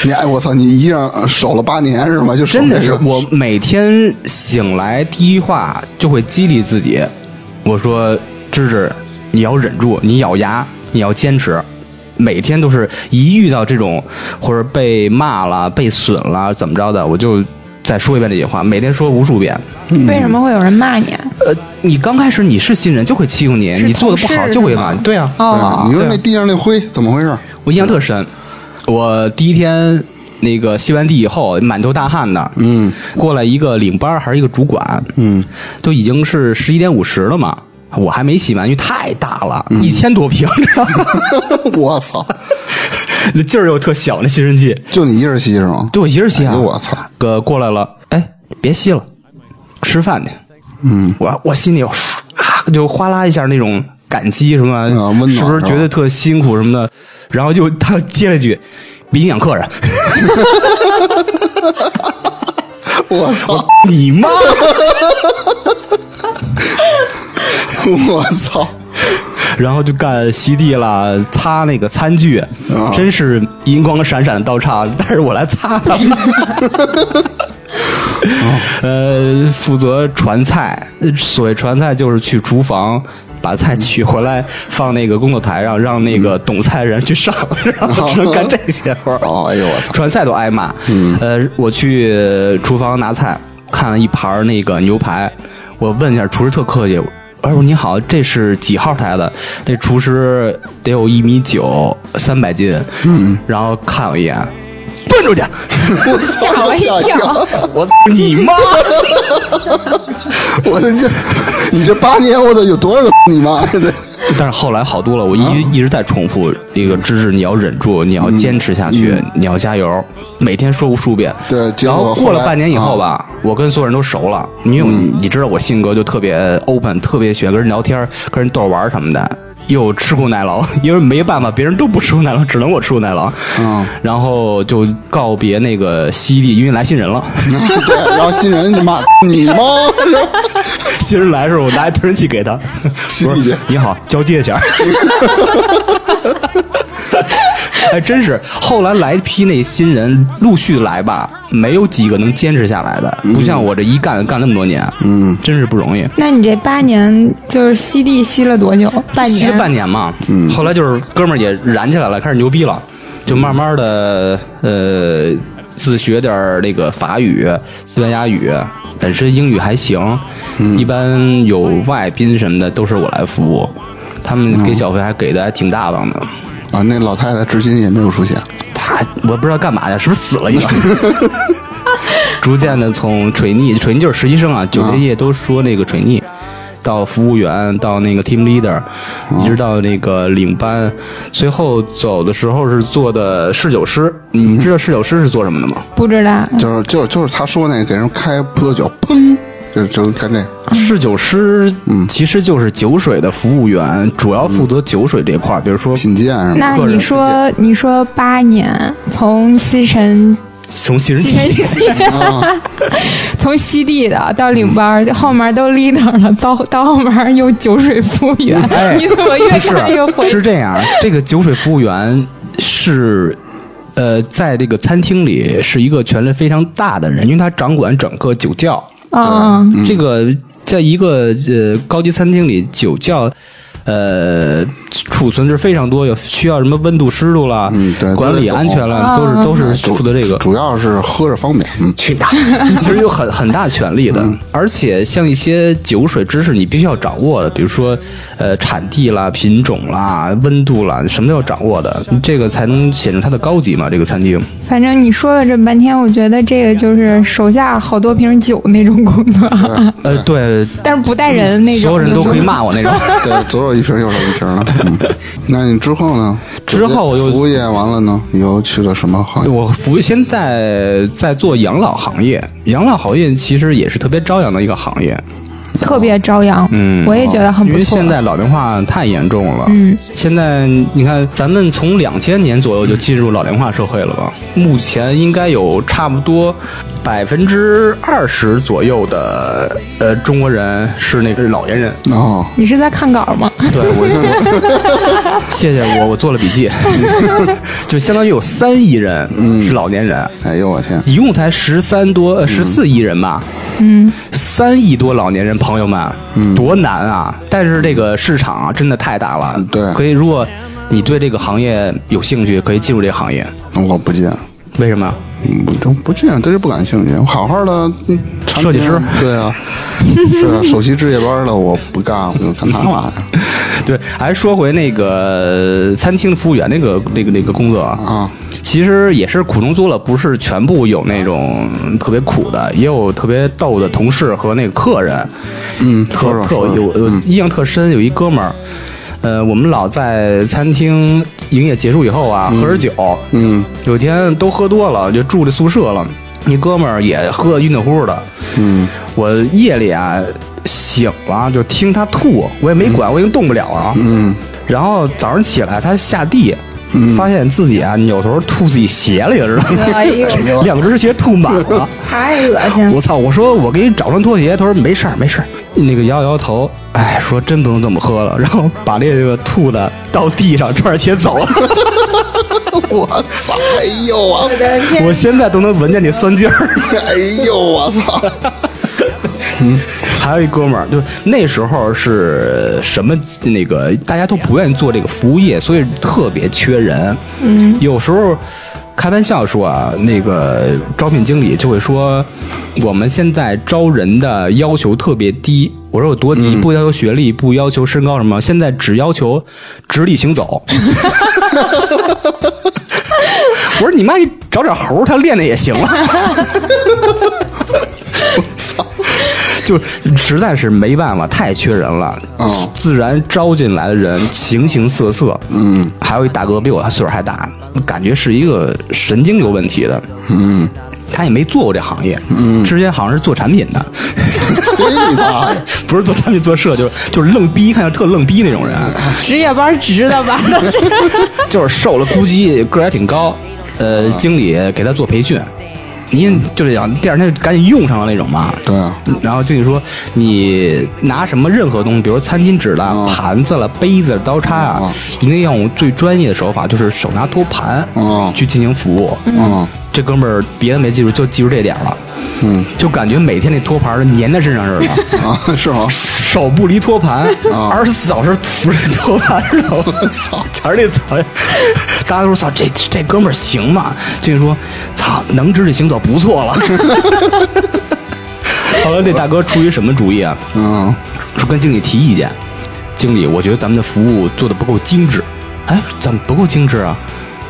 D: 你哎，我操！你一样守了八年是吗？就守
A: 真的
D: 这
A: 是
D: 个，
A: 我每天醒来第一话就会激励自己，我说芝芝，你要忍住，你咬牙，你要坚持。每天都是一遇到这种或者被骂了、被损了怎么着的，我就再说一遍这句话，每天说无数遍。
B: 为什么会有人骂你？啊
A: 呃，你刚开始你是新人就会欺负你，你做的不好就会骂你。对啊，
D: 对
B: 哦，
D: 你说
A: 对啊
D: 那地上那灰怎么回事？
A: 我印象特深，我第一天那个吸完地以后，满头大汗的，嗯，过来一个领班儿还是一个主管，嗯，都已经是十一点五十了嘛，我还没洗完，因为太大了，一千多平，知道吗
D: 我操！
A: 那劲儿又特小，那吸尘器，
D: 就你一人吸是吗？
A: 对我一人吸啊，
D: 哎呦我操，
A: 哥过来了，哎，别吸了，吃饭去，嗯，我我心里有唰啊，就哗啦一下那种感激什么，
D: 啊温暖
A: 是不是
D: 是吧
A: 觉得特辛苦什么的？然后就他接了一句，别影响客人。
D: 我操！
A: 你妈！
D: 我操！
A: 然后就干席地啦，擦那个餐具，真是银光闪闪的刀叉，但是我来擦它。呃，负责传菜，呃所谓传菜就是去厨房把菜取回来，放那个工作台上，让那个懂菜人去上，然后只能干这些活儿。
D: 哦，哎呦我操！嗯
A: 传菜都挨骂。呃，我去厨房拿菜，看了一盘儿那个牛排，我问一下厨师特客气，我说你好，这是几号台的？那厨师得有一米九，三百斤。嗯，然后看我一眼，奔出去，
D: 我操！
B: 吓我一跳！
A: 我你妈！
D: 我的这，你这八年我得有多少个你妈的？
A: 但是后来好多了，
D: 啊
A: 我一、一直在重复这个知识，你要忍住，你要坚持下去，你要加油，每天说无数遍。
D: 嗯对结
A: 然
D: 果
A: 后过
D: 后
A: 了
D: 来啊嗯
A: 半年以后吧，我跟所有人都熟了，因为我、你知道我性格就特别 open，特别喜欢跟人聊天，跟人逗着玩儿什么的。又吃苦耐劳， 因为没办法，别人都不吃苦耐劳，只能我吃苦耐劳。
D: 嗯，
A: 然后就告别那个西地，因为来新人了。
D: 对，然后新人就骂你妈，
A: 新人来的时候，我拿一推人器给他，
D: 西
A: 我
D: 地
A: 说你好，交接一下。 哎，真是，后来来一批那新人陆续来吧，没有几个能坚持下来的，不像我这一干干那么多年，嗯，真是不容易。
B: 那你这八年就是吸地吸了多久？半
A: 歇
B: 年。
A: 半年嘛，嗯，后来就是哥们儿也燃起来了，开始牛逼了，就慢慢的呃自学点儿那个法语、西班牙语，本身英语还行，一般有外宾什么的都是我来服务，他们给小费还给的还挺大方的。
D: 啊，那老太太至今也没有出现。
A: 他我不知道干嘛去，是不是死了一个？逐渐的从水逆，水逆就是实习生啊，九天夜都说那个水逆，到服务员，到那个 team leader，一直到那个领班，最后走的时候是做的侍酒师。你们知道侍酒师是做什么的吗？
B: 不知道，
D: 就是就是就是他说那个给人开葡萄酒，砰，就就干这个。
A: 侍酒师其实就是酒水的服务员，主要负责酒水这块儿，比如说
D: 品鉴什么 的。
B: 那你说你说八年从西城
A: 从新人
B: 西
A: 起。
B: 城西 从西地的到领班，
A: 嗯
B: 后面都 leader 了，到到后面又酒水服务员，
A: 哎
B: 你 怎么越
A: 不是
B: 看越回？
A: 是这样，这个酒水服务员是。呃，在这个餐厅里是一个权力非常大的人，因为他掌管整个酒窖。
B: 啊，
A: 这个在一个呃高级餐厅里，酒窖呃储存着非常多，有需要什么温度、湿度啦，
D: 嗯对
A: 管理
D: 都得
A: 安全啦，都是都是负责这个。
D: 主要是喝着方便。嗯，
A: 去打，其实有很很大权力的，而且像一些酒水知识，你必须要掌握的，比如说，呃，产地啦、品种啦、温度啦，什么都要掌握的，这个才能显出它的高级嘛。这个餐厅，
B: 反正你说了这么半天，我觉得这个就是手下好多瓶酒那种工作，
A: 呃，对，
B: 但是不带人那种。
A: 嗯所有人都可以骂我那 种。
D: 对，左手一瓶，右手一瓶了。嗯， 那你之后呢？
A: 之后我又
D: 服务业完了呢，你又去了什么行业？
A: 我服现在在做养老行业，养老行业其实也是特别朝阳的一个行业，
B: 特别朝阳，我也觉得很
A: 嗯因
B: 不
A: 为
B: 错
A: 现。在老龄化太严重了。嗯，现在你看，咱们从两千年左右就进入老龄化社会了吧？目前应该有差不多百分之二十左右的呃中国人是那个老年人。
D: 哦，
B: 你是在看稿吗？
A: 对我， 谢谢我，我做了笔记，就相当于有三亿人是老年人。
D: 哎呦我天！
A: 一共才十三多呃十四亿人吧，嗯，三亿多老年人，朋友们，多难啊！但是这个市场啊，真的太大了，
D: 对
A: 可以，如果你对这个行业有兴趣，可以进入这个行业。
D: 我不见，嗯
A: 为什么？
D: 不都不见，对这不感兴趣。我好好的嗯产品
A: 设计师
D: 对 啊，是啊，首席置业班的我不干，我就干他嘛呀？
A: 对，还说回那个呃餐厅服务员那个那个那个工作啊，
D: 啊，
A: 其实也是苦中作乐，不是全部有那种特别苦的，也有特别逗的同事和那个客人。嗯，特
D: 说说
A: 特
D: 说嗯说
A: 有有印象特深，有一哥们儿。呃，我们老在餐厅营业结束以后啊，喝点酒。
D: 嗯，
A: 有一天都喝多了，就住这宿舍了。那哥们儿也喝得晕得乎的。嗯，我夜里啊醒了，就啊听他吐，我也没管，我已经动不了了。嗯，然后早上起来他下地，发现自己啊，有时候吐自己鞋了，也知道吗？
B: 哎呦，
A: 两只鞋吐满 了。
B: 太恶心了！
A: 我操！我说我给你找双拖鞋，他说没事儿没事儿，那个摇了摇头，哎，说真不能这么喝了，然后把那个兔子到地上穿着鞋走了。
D: 我操！哎呦我，
B: 我的天
A: 我现在都能闻见那酸劲儿。
D: 哎呦我操！
A: 还有一哥们儿，就那时候是什么那个，大家都不愿意做这个服务业，所以特别缺人。嗯，有时候开玩笑说啊，那个招聘经理就会说，我们现在招人的要求特别低。我说有多低？不要求学历，不要求身高什么，现在只要求直立行走。我说你妈，你找点猴儿，他练练也行啊了。 就实在是没办法，太缺人了。
D: 嗯
A: 自然招进来的人形形色色。嗯，还有一大哥比我岁数还大，感觉是一个神经有问题的。嗯，他也没做过这行业。嗯，之前好像是做产品的，
D: 所以你妈呀！
A: 不是做产品做设，就是就是愣逼，看着特愣逼那种人，
B: 值夜班值的吧？
A: 就是瘦了，估计个儿还挺高。
D: 啊
A: 呃，经理给他做培训。您就是想第二天就赶紧用上了那种嘛，
D: 对啊，
A: 然后经理说：“你拿什么任何东西，比如餐巾纸啦、
D: 啊
A: 盘子啦、杯子、刀叉啊
D: 嗯，
A: 一定要用最专业的手法，就是手拿托盘
D: 嗯
A: 去进行服务。”
D: 嗯，
A: 这哥们儿别的没记住，就记住这点了。
D: 嗯，
A: 就感觉每天那托盘儿粘在身上似的，
D: 啊，是吗？
A: 手不离托盘，二十四小时扶着托盘上。啊 我操，全是这操！大家都说：“操，这这哥们儿行吗？”经理说：“操，能直立行走不错了。” 后来那大哥出于什么主意啊？
D: 嗯，
A: 说跟经理提意见，经理，我觉得咱们的服务做的不够精致。哎，怎么不够精致啊？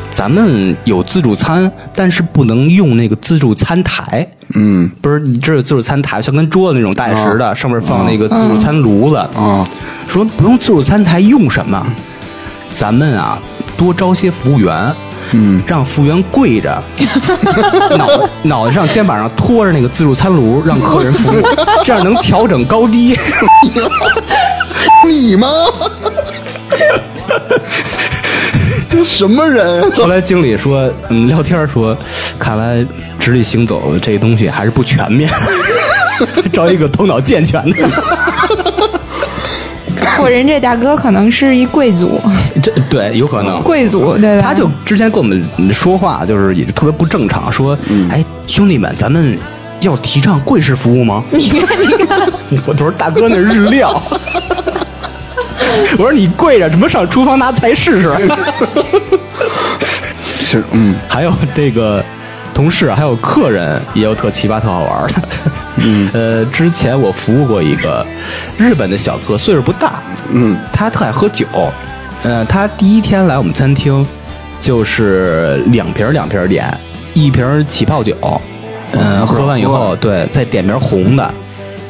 A: 咱们有自助餐，但是不能用那个自助餐台。嗯，啊不是，你这有自助餐台，像跟桌子那种大理石的，上面放那个自助餐炉子。
D: 嗯
A: 说不用自助餐台，用什么？咱们啊，多招些服务员。嗯，让服务员跪 着，脑脑袋上、肩膀上托着那个自助餐炉，让客人服务，这样能调整高低。
D: 你妈！ 这什么人？
A: 后来经理说，嗯，聊天说，看来直立行走这东西还是不全面， 招一个头脑健全的。
B: 我人这大哥可能是一贵族，
A: 这对有可能。
B: 贵族对 吧？
A: 他就之前跟我们说话，就是也特别不正常，说，哎，兄弟们，咱们要提倡贵式服务吗？
B: 你看你看，
A: 我都是大哥那日料。 我说你跪着，怎么上厨房拿菜试啊试？
D: 其实，嗯，
A: 还有这个同事，还有客人，也有特奇葩、特好玩儿的。嗯， 呃，之前我服务过一个日本的小哥，岁数不大，嗯，他特爱喝酒，呃，他第一天来我们餐厅，就是两瓶儿两瓶儿点，一瓶儿起泡酒，嗯、喝完以后，对，再点瓶儿红的，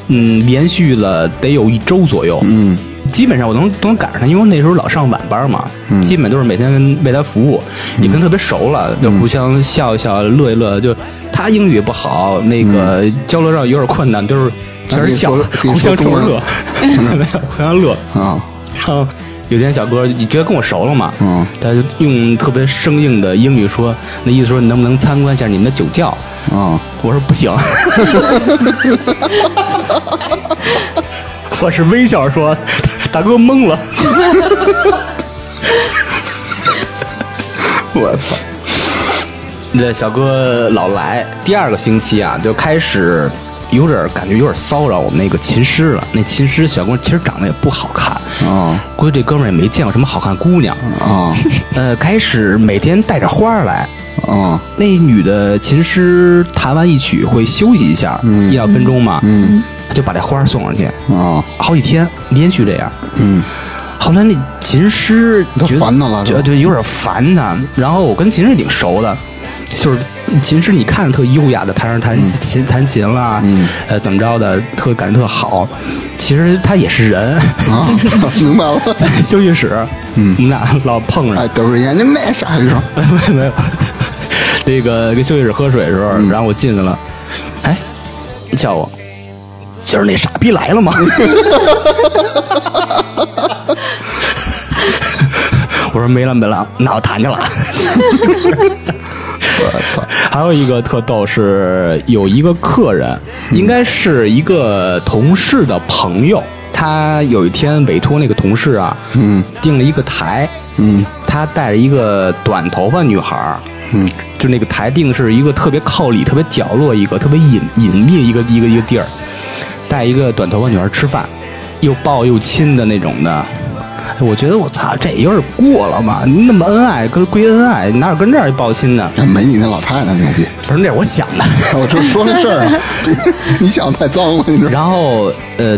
A: 嗯，连续了得有一周左右，嗯，基本上我能都能赶上他，因为我那时候老上晚班嘛，
D: 嗯
A: 基本都是每天为他服务，也跟特别熟了，就互相笑一笑，乐一乐。就他英语也不好，那个交流上有点困难，就是全是笑，
D: 那嗯啊你说
A: 互相
D: 你
A: 冲
D: 说
A: 着
D: 中
A: 乐， 没有互相乐。
D: 啊，
A: 然后有天小哥你觉得跟我熟了嘛，
D: 嗯
A: 他就用特别生硬的英语说，那意思说你能不能参观一下你们的酒窖？
D: 啊，
A: 我说不 行，我是微笑说，大哥懵了。
D: 我操！
A: 那小哥老来，第二个星期啊，就开始有点感觉有点骚扰我们那个琴师了。那琴师小哥其实长得也不好看，
D: 啊
A: 估计这哥们儿也没见过什么好看姑娘。
D: 啊
A: 呃，开始每天带着花儿来，
D: 啊！
A: 那女的琴师弹完一曲会休息一下，一两分钟嘛，嗯，就把这花儿送上去，
D: 啊，
A: 好几天连续这样。
D: 嗯，
A: 后来那琴师
D: 都
A: 觉得
D: 烦他了是
A: 觉
D: 吧
A: 得对有点烦他。然后我跟琴师挺熟的，就是琴师你看着特优雅的，台上弹琴、弹琴啦，
D: 嗯
A: 呃怎么着的，特感觉特好。其实他也是人，
D: 啊， 明白了。
A: 在休息室，
D: 嗯
A: 我们俩老碰上
D: 哎，，都是研究那啥的时候，
A: 没有没有，那个跟休息室喝水的时候，
D: 嗯
A: 然后我进去了，哎，你叫我，就是那傻逼来了吗？ 我说没了没了，那我谈去了。
D: 我操，
A: 还有一个特逗是，有一个客人，
D: 嗯
A: 应该是一个同事的朋友，他有一天委托那个同事啊，嗯，订了一个台，嗯，他带着一个短头发女孩，嗯，就那个台定的是一个特别靠里、特别角落一个特别隐隐秘一个一个一个地儿，带一个短头发女孩吃饭，又抱又亲的那种的。哎我觉得我操，这有点过了嘛！那么恩爱，跟归恩爱，哪有跟这儿抱亲呢？
D: 没你那老太太牛逼。
A: 不是那是 我想的。
D: 我就说这 事儿，你想太脏了，你知道吗？
A: 啊然后呃，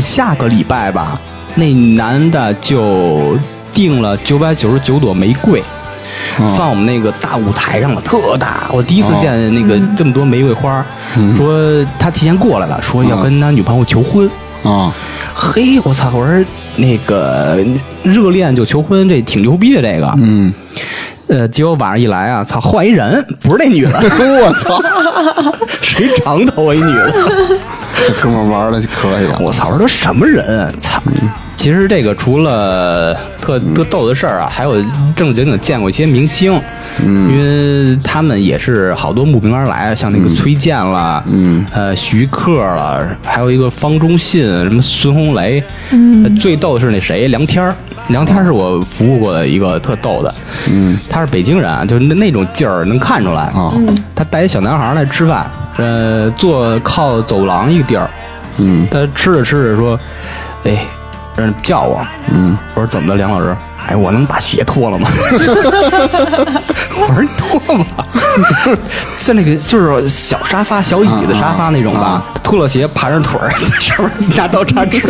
A: 下个礼拜吧，那男的就订了九百九十九朵玫瑰。
D: 嗯
A: 放我们那个大舞台上了，特大。我第一次见那个这么多玫瑰花，说他提前过来了，说要跟他女朋友求婚。
D: 啊，
A: 嘿，我操！我说那个热恋就求婚，这挺牛逼的这个。嗯。呃，结果晚上一来啊，操，换一人，不是那女的，
D: 我操，
A: 谁长头发一女的？
D: 这哥们儿玩的可以啊！
A: 哎我操，我说都什么人？啊操！其实这个除了特特逗的事儿啊，还有正经经见过一些明星，嗯因为他们也是好多慕名而来，像那个崔健啦，嗯，呃，徐克啦，还有一个方中信，什么孙红雷，嗯、最逗的是那谁梁天儿，梁天儿是我服务过的一个特逗的，嗯，他是北京人，就是那那种劲儿能看出来啊，他带一小男孩儿来吃饭，呃，坐靠走廊一个地儿。
D: 嗯，
A: 他吃着吃着说：“哎，让人叫我。”嗯，我说怎么了，梁老师？哎，我能把鞋脱 了吗？我说你脱吧，像那个就是小沙发、小椅子沙发那种吧，脱了鞋盘着腿儿在上面拿刀叉 吃，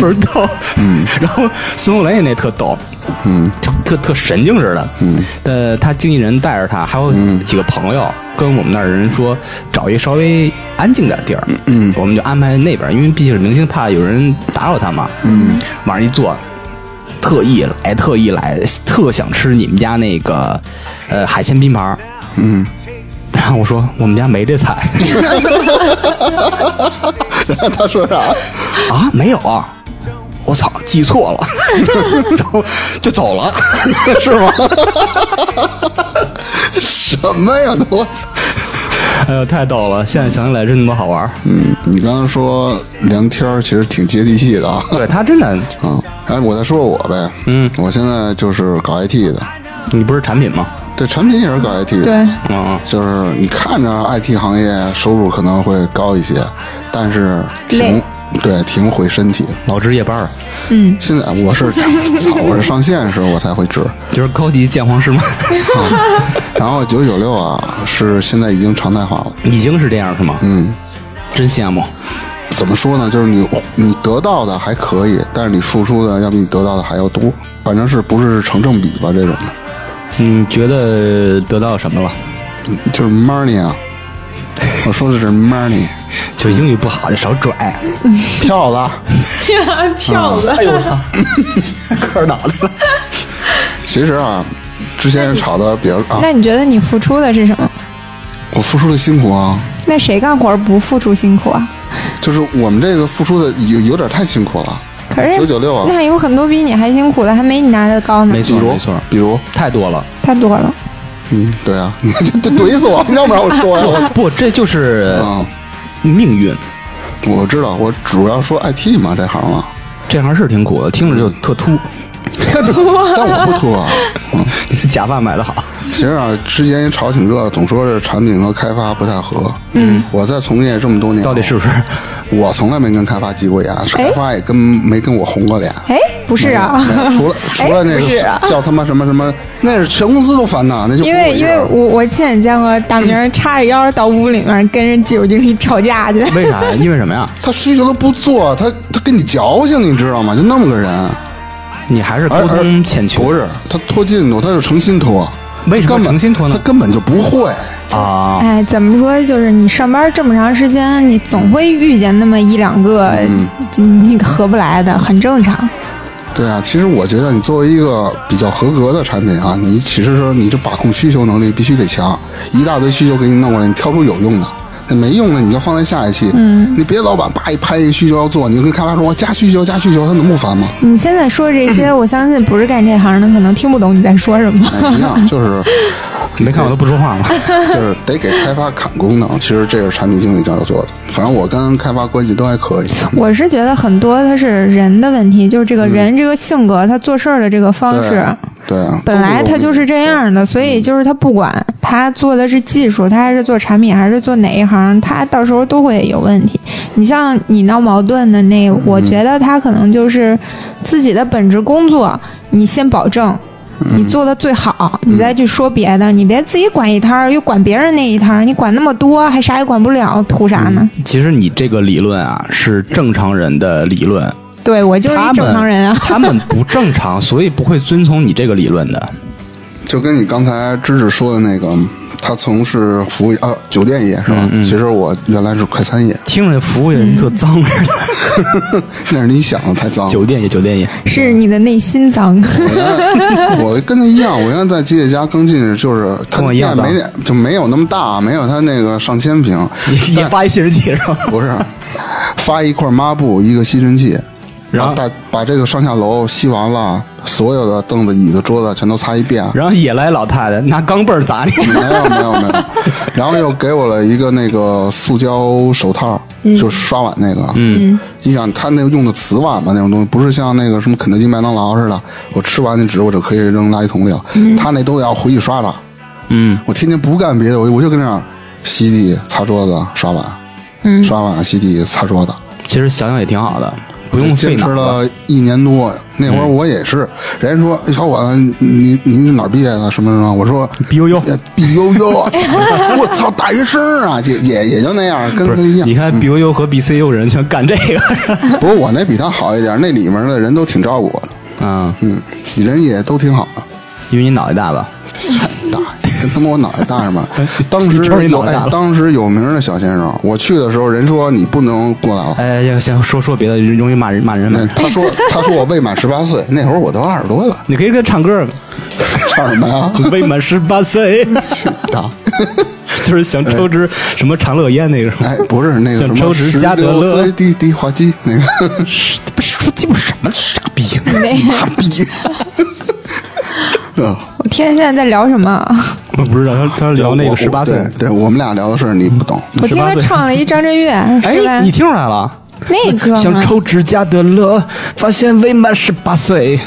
A: 倍儿逗。嗯，然后孙红雷也那特逗，嗯，特特神经似的。嗯，呃，他经纪人带着他，还有几个朋友，跟我们那儿人说找一稍微安静点地儿，嗯，我们就安排那边，因为毕竟是明星，怕有人打扰他嘛。嗯，往上一坐。特意来，特意来，特想吃你们家那个，呃，海鲜拼盘儿。
D: 嗯，
A: 然后我说我们家没这菜
D: 然后他说啥？
A: 啊，没有啊，我操，记错了，然后就走了。
D: 是吗？ 什么呀？我操！
A: 哎呦，太逗了！现在想起来真他妈好玩儿。
D: 嗯，你刚刚说梁天儿其实挺接地气的啊。
A: 对他真的，
D: 啊，哎，我再说说我呗。
A: 嗯，
D: 我现在就是搞 IT 的，
A: 你不是产品吗？
D: 对，产品也是搞 IT 的。
B: 对，
A: 嗯嗯，
D: 就是你看着 IT 行业收入可能会高一些，但是挺
B: 累
D: 对挺毁身体。
A: 老值夜班儿，
B: 嗯
D: 现在我是操，我是上线时候我才会 治。
A: 就是高级鉴黄师吗？
D: 然后九九六啊，是现在已经常态化了。
A: 已经是这样是吗？嗯，真羡慕。
D: 怎么说呢？就是你你得到的还可以，但是你付出的要比你得到的还要多，反正是不是成正比吧？这种的，
A: 你觉得得到什么了？
D: 就是 money 啊。我说的是 money，
A: 就英语不好就少拽。
D: 票子啊。
B: 票子
A: 哎呦我操， 磕着脑袋了。
D: 其实啊，之前吵的比较啊，
B: 那你觉得你付出的是什么？
D: 我付出的辛苦啊，
B: 那谁干活不付出辛苦啊？
D: 就是我们这个付出的有有点太辛苦了。
B: 可是
D: 996啊
B: 那有很多比你还辛苦的，还没你拿的高呢
A: 没，
D: 比
A: 错
D: 如
A: 没错，
D: 比如，
A: 太多 了。
B: 太多了。
D: 嗯，对啊， 你这这怼死我，要不然我说呀，我 操
A: 不，这就是
D: 嗯，
A: 命运。
D: 我知道，我主要说 IT 嘛，这行嘛，
A: 这行是挺苦的，听着就特秃。
D: 但我不说啊。
A: 你这假发买的好，
D: 其实啊，之前也吵挺热，总说这产品和开发不太合。嗯，我在从业这么多年，
A: 到底是不 是？
D: 我从来没跟开发急过眼，开发也跟没跟我红过脸。嗯
B: 哎，不哎是啊，
D: 没有除了除了那
B: 不是
D: 个
B: 啊
D: 叫他妈什么什么，那是全公司都烦呐，那就 不
B: 因
D: 是
B: 为
D: 我一
B: 因
D: 个
B: 为
D: 人
B: 我我亲眼见过大明儿叉着腰到屋里面跟人技术经理吵架去。
A: 为啥呀？因为什么呀？
D: 他需求他不做，他他跟你矫情，你知道吗？就那么个人，
A: 你还是
D: 而
A: 沟通欠缺。
D: 不是他拖进度，他是诚心拖，
A: 为什么
D: 根本
A: 诚心拖呢
D: 他根本就不会。
A: 啊，
B: 哎，怎么说？就是你上班这么长时间，你总会遇见那么一两个、
D: 嗯
B: 你合不来的，很正常。
D: 对啊，其实我觉得你作为一个比较合格的产品啊，你其实说你这把控需求能力必须得强，一大堆需求给你弄过来，你挑出有用的，没用的你就放在下一期。嗯，你别老板叭一拍一需求要做，你就跟开发商说加需求加需求，他能不烦吗？
B: 你现在说这些，我相信不是干这行的可能听不懂你在说什 么。
D: 哎，一样就是
A: 你没看我都不说话 吗？
D: 就是得给开发砍功能，其实这是产品经理要做的。反正我跟开发关系都还可以。
B: 我是觉得很多它是人的问题，就是这个人这个性格，他做事儿的这个方式，
D: 对啊，
B: 本来他就是这样的，所
A: 嗯
B: 以就是他不管他做的是技术，他还是做产品，还是做哪一行，他到时候都会有问题。你像你闹矛盾的那，我
A: 嗯
B: 觉得他可能就是自己的本职工作，你先保证。
A: 嗯
B: 你做的最好，你再去说别的，你别自己管一摊儿，又管别人那一摊儿，你管那么多，还啥也管不了，图啥呢？
A: 其实你这个理论啊，是正常人的理论，
B: 对我就是
A: 他
B: 一
A: 们。
B: 正常人啊
A: 他们不正 常，所以不会遵从你这个理论的。
D: 就跟你刚才芝芝说的那个，他从事服务业啊，酒店业是吧？
A: 嗯
D: 其实我原来是快餐业，
A: 听着服务业
B: 嗯
A: 特脏似的，
D: 那是你想的太脏了。
A: 酒店也酒店也，
B: 是你的内心脏。
A: 嗯
D: 我跟他一样，我原来在吉野家刚进去，就是他
A: 跟我一样
D: 店
A: 脏
D: 没那就没有那么大，没有他那个上千 平，
A: 你你发一信息是吧？
D: 不是发一块抹布，一个吸尘器，
A: 然后
D: 把把这个上下楼吸完了，所有的凳子、椅子、桌子全都擦一遍。
A: 然后也来老太太拿钢镚儿 砸你，
D: 没有没有没有，然后又给我了一个那个塑胶手套，就是刷碗那个。嗯，你想他那个用的瓷碗嘛，那种东西不是像那个什么肯德基、麦当劳似的，我吃完那纸我就可以扔垃圾桶里了。他那都要回去刷的。
A: 嗯，
D: 我天天不干别的，我我就跟那儿吸地、擦桌子、刷碗，嗯，刷碗、吸地、擦桌子，
A: 其实想想也挺好的，不用费
D: 坚持
A: 脑嗯子。
D: 了一年多。那会儿我也是，人家说哎小伙子，你你你哪儿毕业的？什么什么？我说哎
A: B U U，
D: B U U，我操，大学生啊，也也也就那样，跟
A: 不
D: 跟
A: 是
D: 他一样嗯
A: 你。看 B U U 和 B C U 人全干这个，
D: 不过我那比他好一点，那里面的人都挺照顾我的，
A: 嗯，
D: 嗯，人也都挺好的。
A: 因为你脑袋大吧？
D: 大，跟他妈我脑袋大 是吧？当时
A: 哎你瞅你
D: 有
A: 脑袋大
D: 哎
A: 了
D: 当时有名的小先生，我去的时候，人说你不能过来了。
A: 哎，先先说说别的，容易骂人骂人骂
D: 那
A: 人。
D: 他说他说我未满十八岁，那会儿我都二十多了，
A: 你可以跟他唱歌，
D: 唱什么呀？
A: 未满十八岁，
D: 去大。
A: 就是想抽支什么长乐烟那个。
D: 哎，不是那个什
A: 像
D: 么
A: 周直
D: 十
A: 加德
D: 六
A: 勒
D: 岁的的滑稽那个
A: 是不是说鸡巴什么傻逼？
D: 傻逼。啊，
B: 我天，现在在聊什么？
A: 我不知道，他他 聊那
D: 我
A: 个十八岁
D: 对。对我们俩聊的事儿你 不懂。
B: 我听他
A: 18岁
B: 唱了一张震岳，是 吧
A: 哎，你听出来了？
B: 那歌吗
A: 想抽指甲的乐，发现未满十八岁。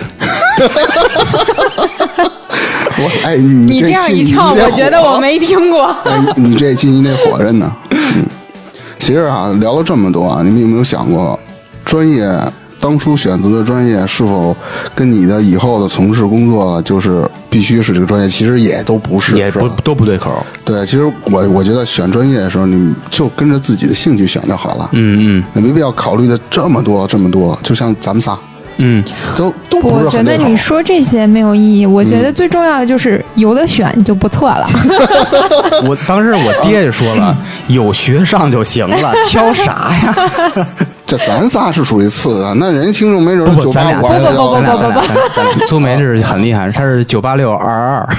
D: 我哎，你
B: 你这样
D: 期
B: 一唱，
D: 你得
B: 我觉得
D: 火
B: 我没听过。
D: 哎，你这期你得火着呢。嗯，其实啊，聊了这么多啊，你们有没有想过，专业当初选择的专业是否跟你的以后的从事工作就是必须是这个专业？其实也都不是，
A: 也
D: 是
A: 不
D: 吧？
A: 都不对口。
D: 对，其实我我觉得选专业的时候，你们就跟着自己的兴趣选就好了。
A: 嗯
D: 你没必要考虑的这么多这么多，就像咱们仨
A: 嗯
D: 都都不
B: 我
D: 是
B: 觉
D: 很对
B: 得
D: 口
B: 你说这些没有意义，我觉得最重要的就是有的选就不错了。
A: 嗯，我当时我爹就说了，有学上就行了，挑啥呀？
D: 这咱仨是属于次的，那人家听众没准
A: 不
D: 儿
A: 不，
D: 九
A: 咱俩
D: 八五啊
A: 咱
D: 二
A: 俩
D: 幺幺
A: 咱俩咱俩咱俩咱俩，苏梅这是很厉害，她是九八六二二二。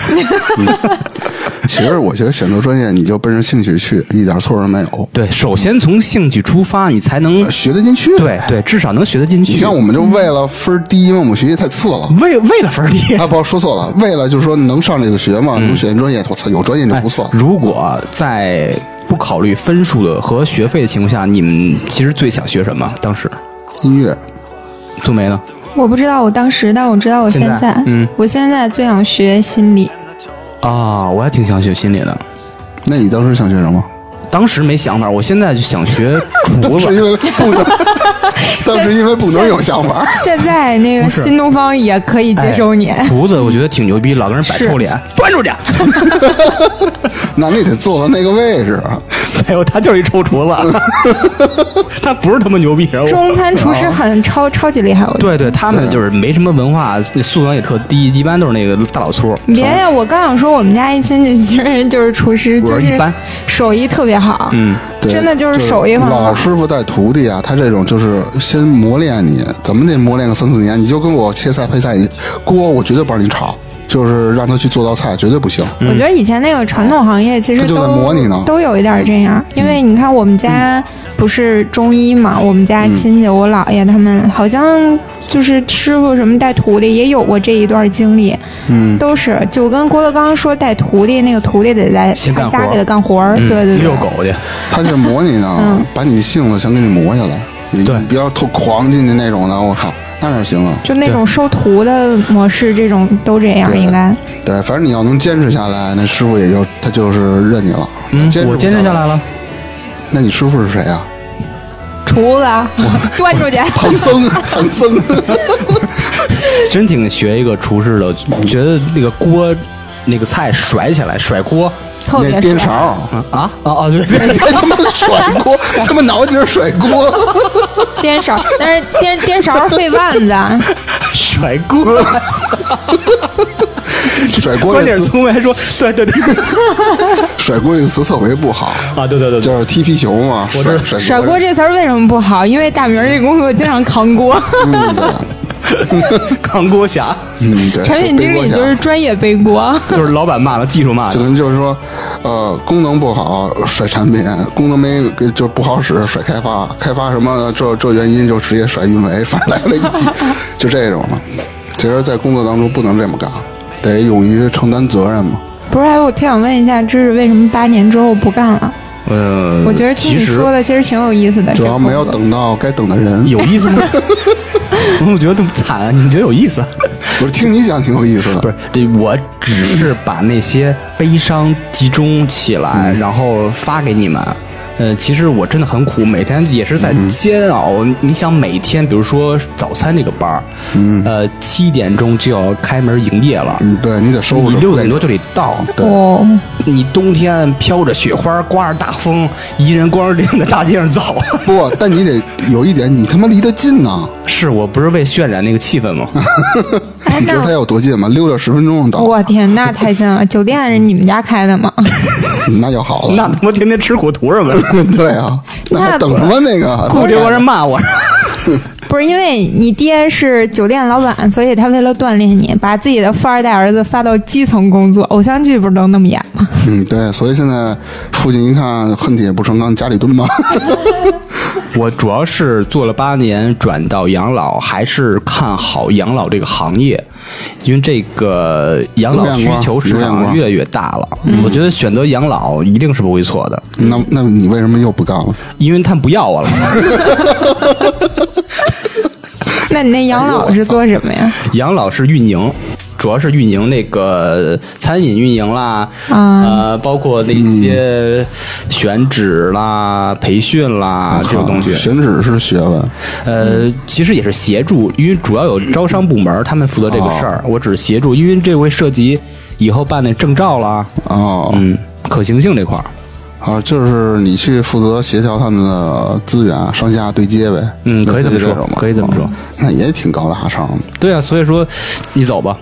D: 其实我觉得选择专业，你就奔着兴趣去，一点错都没有，
A: 对，首先从兴趣出发，你才能
D: 学得进去。啊
A: 对，对，至少能学得进
D: 你
A: 去。
D: 像我们就为了分儿低嘛，我们学习太次了。
A: 为为了分儿低。
D: 啊，不，说错了，为了就是说能上这个学
A: 嗯
D: 嘛，能选专业，我操，有专业就
A: 哎
D: 不错。
A: 如果在不考虑分数的和学费的情况下，你们其实最想学什么？当时
D: 音乐，
A: 苏梅呢？
B: 我不知道我当时，但我知道我现
A: 现在嗯
B: 我现在最想学心理，
A: 啊、我还挺想学心理的。
D: 那你当时想学什么？
A: 当时没想法，我现在就想学厨
D: 是因
A: 子。
D: 为不能，当时因为不能有想 法。
B: 现在那个
A: 不是
B: 新东方也可以接收你。
A: 哎厨子我觉得挺牛逼，老跟人摆
B: 是
A: 臭脸，端住点。
D: 那你得坐到那个位置，啊
A: 没有，哎他就是一臭 厨子，他不是他妈牛逼。然后我
B: 中餐厨师很超超级厉害，我觉得。
A: 对对，他们就是没什么文化，素养也特低，一般都是那个大老粗。
D: 嗯
B: 别呀！我刚想说，我们家一亲戚其实人就是厨师，
A: 我
B: 就
A: 一
B: 是
A: 般
B: 手艺特别好，
A: 嗯，
D: 对
B: 真的就是手艺很
D: 老
B: 好。
D: 师傅带徒弟啊，他这种就是先磨练你，怎么得磨练个三四年，你就跟我切菜配菜，你锅我绝对帮你炒，就是让他去做道菜，绝对不行。
B: 我觉得以前那个传统行业其实
D: 这
B: 都
D: 嗯就在模拟呢哎嗯
B: 都有一点这样，因为你看我们家不是中医嘛，我们家亲戚我姥爷他们好像就是师傅什么带徒弟也有过这一段经历，
D: 嗯，
B: 都是就跟郭德纲说带徒弟，那个徒弟得在
A: 先
B: 他
A: 干活
B: 家给他干活儿，
A: 嗯
B: 对对对，
A: 遛狗去，
D: 他这模拟呢，
B: 嗯
D: 把你性子全给你磨下来。你
A: 对
D: 你不要特狂进去那种的，我靠，那哪行啊？
B: 就那种收徒的模式，这种都这样
D: 对
B: 应该。
D: 对，反正你要能坚持下来，那师傅也就他就是认你了。
A: 嗯
D: 坚，持
A: 我
D: 不
A: 坚持下来，了。
D: 那你师傅是谁啊？
B: 厨子 啊端出去，
D: 唐僧， 唐僧。
A: 真挺学一个厨师的，觉得那个锅，那个菜甩起来，甩锅
B: 特别
D: 那颠
B: 爽
D: 勺 儿，
A: 啊啊啊！对对 对，
D: 他妈甩锅，他妈脑筋甩锅，
B: 颠勺，但是颠颠勺费腕子，啊
A: 甩锅。
D: 甩锅
A: 关
D: 这
A: 键是
D: 词，
A: 聪明还说，对 对对，
D: 甩锅这词特别不好，
A: 啊对对对对，
D: 就是踢皮球嘛，
A: 我
D: 甩
A: 这
D: 甩
B: 甩锅这词儿为什么不好？因为大明儿这工作经常扛 锅，
D: 嗯对
A: 扛锅侠，
D: 嗯对，
B: 产品经理就是专业背锅。
A: 就是老板骂了，技术骂
D: 就
A: 了，
D: 跟就是说，呃，功能不好甩产品，功能没就不好使甩开发，开发什么这这原因就直接甩运维，反正来了一 起，就这种了。其实，在工作当中不能这么干，得勇于承担责任嘛。
B: 不是，哎我特想问一下，知识为什么八年之后不干了？
A: 嗯，
B: 我觉得听
A: 其
B: 你
A: 实
B: 说的其实挺有意思的。
D: 主
B: 这
D: 要
B: 工
D: 没有
B: 作
D: 等到该等的人。
A: 有意思吗？ 我觉得这么惨，啊你们觉得有意思？
D: 我听你讲挺有意思的，
A: 不是，这我只是把那些悲伤集中起来，然后发给你们。呃，其实我真的很苦，每天也是在煎熬。你想，每天比如说早餐这个班儿，嗯，呃，七点钟就要开门营业了，
D: 嗯，对你得收
A: 你
D: 拾。
A: 六点多就得到。
B: 哦，
A: 你冬天飘着雪花，刮着大风，一人光着腚在大街上走。
D: 不，但你得有一点，你他妈离得近呐、
A: 是我不是为渲染那个气氛吗？
B: 哎
D: 你知道他
B: 那
D: 有多近吗？溜达十分钟就到，
B: 我天，那太近了！酒店是你们家开的吗？
D: 那就好
A: 那
D: 了。
A: 他妈天天吃苦图什么？
D: 对啊，那还
B: 那
D: 等什么那个？
A: 估计有人骂我。
B: 不是，因为你爹是酒店老板，所以他为了锻炼你，把自己的富二代儿子发到基层工作。偶像剧不是都那么演吗？
D: 嗯，对，所以现在父亲一看恨铁不成钢，家里蹲 吧。
A: 我主要是做了八年，转到养老，还是看好养老这个行业，因为这个养老需求市场越来越大了。我觉得选择养老一定是不会错的，
D: 那那你为什么又不干了？
A: 因为他们不要我了。
B: 那
D: 哎
B: 你那养老是做什么呀？
A: 养老是运营，主要是运营那个餐饮运营啦，呃，包括那些选址啦、培训啦啊这个东西。
D: 啊选址是学问，
A: 呃，其实也是协助，因为主要有招商部门，他们负责这个
D: 哦
A: 事儿，我只是协助，因为这会涉及以后办那证照啦，
D: 哦，
A: 嗯，可行性这块儿，
D: 啊，就是你去负责协调他们的资源上下对接呗。
A: 嗯，可以这么
D: 类似于
A: 说
D: 种吧，
A: 可以这么说，
D: 哦那也挺高大上的。
A: 对啊，所以说你走吧，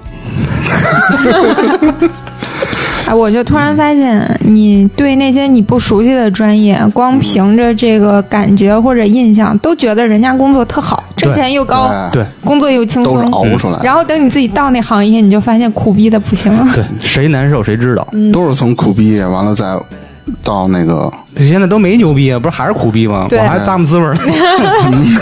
B: 哎，我就突然发现，你对那些你不熟悉的专业，光凭着这个感觉或者印象，都觉得人家工作特好，挣钱又高，
D: 对，
B: 工作又轻
D: 都是
B: 松。
D: 熬出来的，
B: 然后等你自己到那行业，你就发现苦逼的不行了。
A: 对，谁难受谁知道，
D: 都是从苦逼完了再到 那个，
A: 现在都没牛逼啊，不是还是苦逼吗？我
B: 对
A: 还咂摸滋味儿呢，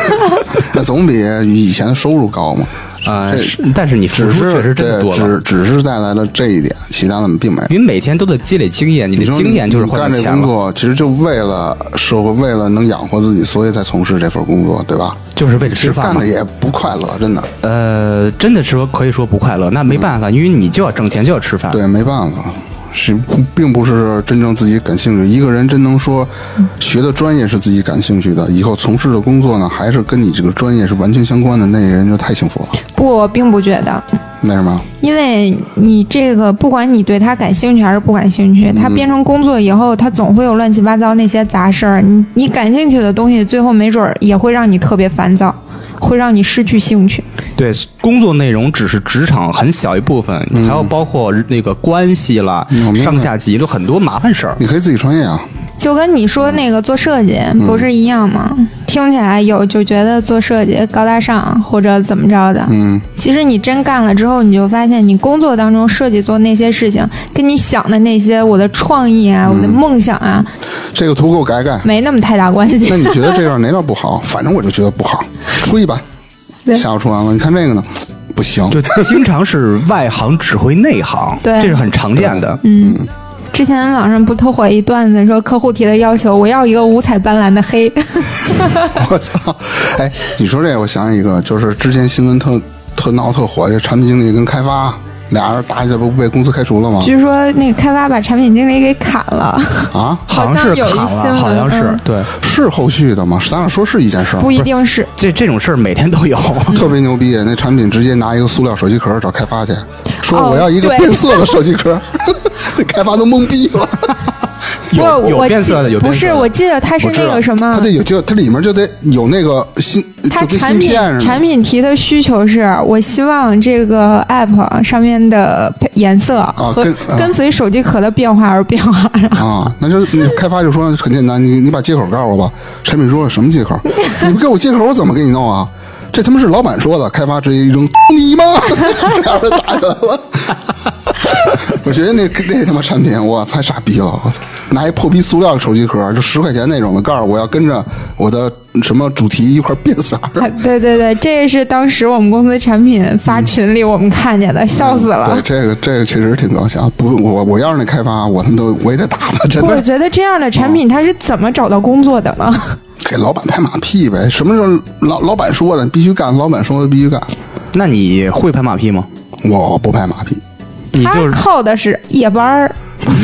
D: 那总比以前收入高嘛。
A: 啊
D: 这，
A: 是但是你付
D: 只
A: 出
D: 是
A: 确实真的
D: 对
A: 多了
D: 只。只是带来了这一点，其他的并没有。
A: 你每天都在积累经验，你的
D: 你说
A: 经验就是
D: 你
A: 换
D: 干
A: 到
D: 这
A: 钱
D: 工
A: 了，
D: 作，其实就为了社会，为了能养活自己，所以才从事这份工作，对吧？
A: 就是为了吃饭
D: 干
A: 嘛
D: 的。也不快乐，真的，
A: 呃，真的说可以说不快乐，那没
D: 嗯
A: 办法，因为你就要挣钱，就要吃饭。
D: 对，没办法，是不并不是真正自己感兴趣。一个人真能说学的专业是自己感兴趣的，以后从事的工作呢，还是跟你这个专业是完全相关的，那人就太幸福了。
B: 不，我并不觉得，
D: 那什么，
B: 因为你这个不管你对他感兴趣还是不感兴趣，他变成工作以后，他总会有乱七八糟那些杂事儿。你你感兴趣的东西，最后没准儿也会让你特别烦躁，会让你失去兴趣。
A: 对，工作内容只是职场很小一部分，还有包括那个关系啦、上下级都很多麻烦事儿。
D: 你可以自己创业啊，
B: 就跟你说那个做设计
A: 嗯
B: 不是一样吗？听起来有就觉得做设计高大上或者怎么着的，
D: 嗯，
B: 其实你真干了之后，你就发现你工作当中设计做那些事情，跟你想的那些我的创意
A: 嗯
B: 啊、我的梦想啊，
D: 这个图给我改改。
B: 没那么太大关系
D: 那。你觉得这段哪段不好？反正我就觉得不好，出一版。
B: 对
D: 下午出完了，你看这个呢，不行。
A: 就经常是外行指挥内行，
B: 对嗯
A: 这是很常见的。
B: 之前网上不特火一段子，说客户提的要求，我要一个五彩斑斓的黑，
A: 哦
D: 我操！哎，你说这个，我想起一个，就是之前新闻特特闹特火，这产品经理跟开发俩人打起来，不被公司开除了吗？
B: 据说那个开发把产品经理给砍了，
A: 哦
D: 啊，
A: 好像是
B: 好像有
A: 砍
B: 一新
A: 了，
B: 闻
A: 好像是
B: 嗯
A: 对，
D: 是后续的吗？咱俩说是一件事儿吗
B: 不，一定是。
A: 这这种事儿每天都有。
D: 特别牛逼，那产品直接拿一个塑料手机壳找开发去，说
B: 哦
D: 我要一个
B: 对
D: 变色的手机壳， 那开发都懵逼了。
B: 不过
A: 有
B: 我
A: 有
B: 我
A: 变
B: 记
A: 色的，有变
B: 不
A: 色
B: 是，
A: 的
B: 我记得他是
D: 我知
B: 那
D: 道
B: 个什么
D: 它，得有就它里面就得有那个芯，
B: 他
D: 呃就跟
B: 产
D: 芯
B: 品
D: 片似
B: 产
D: 的。
B: 品提的需求是，我希望这个 app 上面的配颜色和
D: 跟啊
B: 跟随手机壳的变化而变化， 然后
D: 啊，那就你开发就说很简单，你你把接口告诉我吧。产品说了什么接口？你不给我接口，我怎么给你弄啊？这他妈是老板说的，开发直接一扔，你妈！俩人打起来了。我觉得那那他妈产品，我太傻逼了！我操，拿一破逼塑料手机壳，就十块钱那种的，告诉我要跟着我的什么主题一块变色儿。
B: 对对对，这是当时我们公司产品发群里我们看见的，笑死了
D: 嗯对，。这个这个确实挺搞笑。不，我我要是那开发，我他妈都我也得打他，真
B: 我
D: 的
B: 觉得这样的产品它是怎么找到工作的呢？
D: 给老板拍马屁呗。什么时候老老板说的你必须干，老板说的必须干。
A: 那你会拍马屁吗？
D: 我不拍马屁，
A: 你
B: 它
A: 就是
B: 靠的是夜班儿，
D: 嗯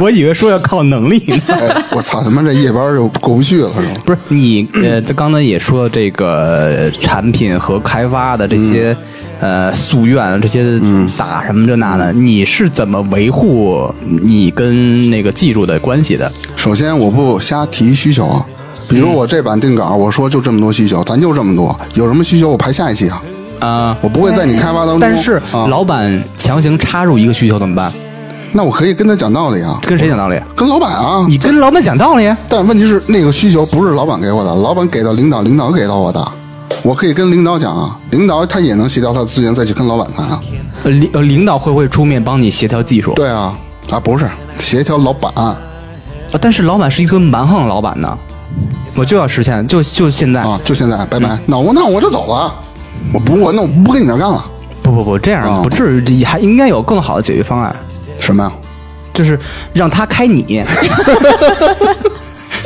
A: 我以为说要靠能力呢。
D: 哎，我操他妈这夜班就过不去了，是吧？
A: 不是你，呃，这刚才也说这个呃产品和开发的这些、
D: 嗯
A: 呃夙愿，这些呃打什么这那
D: 嗯
A: 的，你是怎么维护你跟那个技术的关系的？
D: 首先我不瞎提需求啊，比如我这版定稿，我说就这么多需求，咱就这么多，有什么需求我排下一期啊，
A: 啊、
D: 我不会在你开发当中。
A: 但是
D: 啊
A: 老板强行插入一个需求怎么办？
D: 那我可以跟他讲道理啊，
A: 跟谁讲道理？
D: 跟老板啊。
A: 你跟老板讲道理，啊
D: 但问题是那个需求不是老板给我的，老板给到领导，领导给到我的，我可以跟领导讲啊，领导他也能协调他的资源再去跟老板谈啊。
A: 呃领呃领导会不会出面帮你协调技术？
D: 对啊，啊不是协调老板，啊
A: 呃，但是老板是一个蛮横的老板呢，我就要实现，就就现在。
D: 啊，就现在，拜拜。那我那我就走了，我不我那我不跟你这儿干了，
A: 不不不，这样
D: 啊
A: 不至于，这还应该有更好的解决方案，
D: 什么呀？
A: 就是让他开你，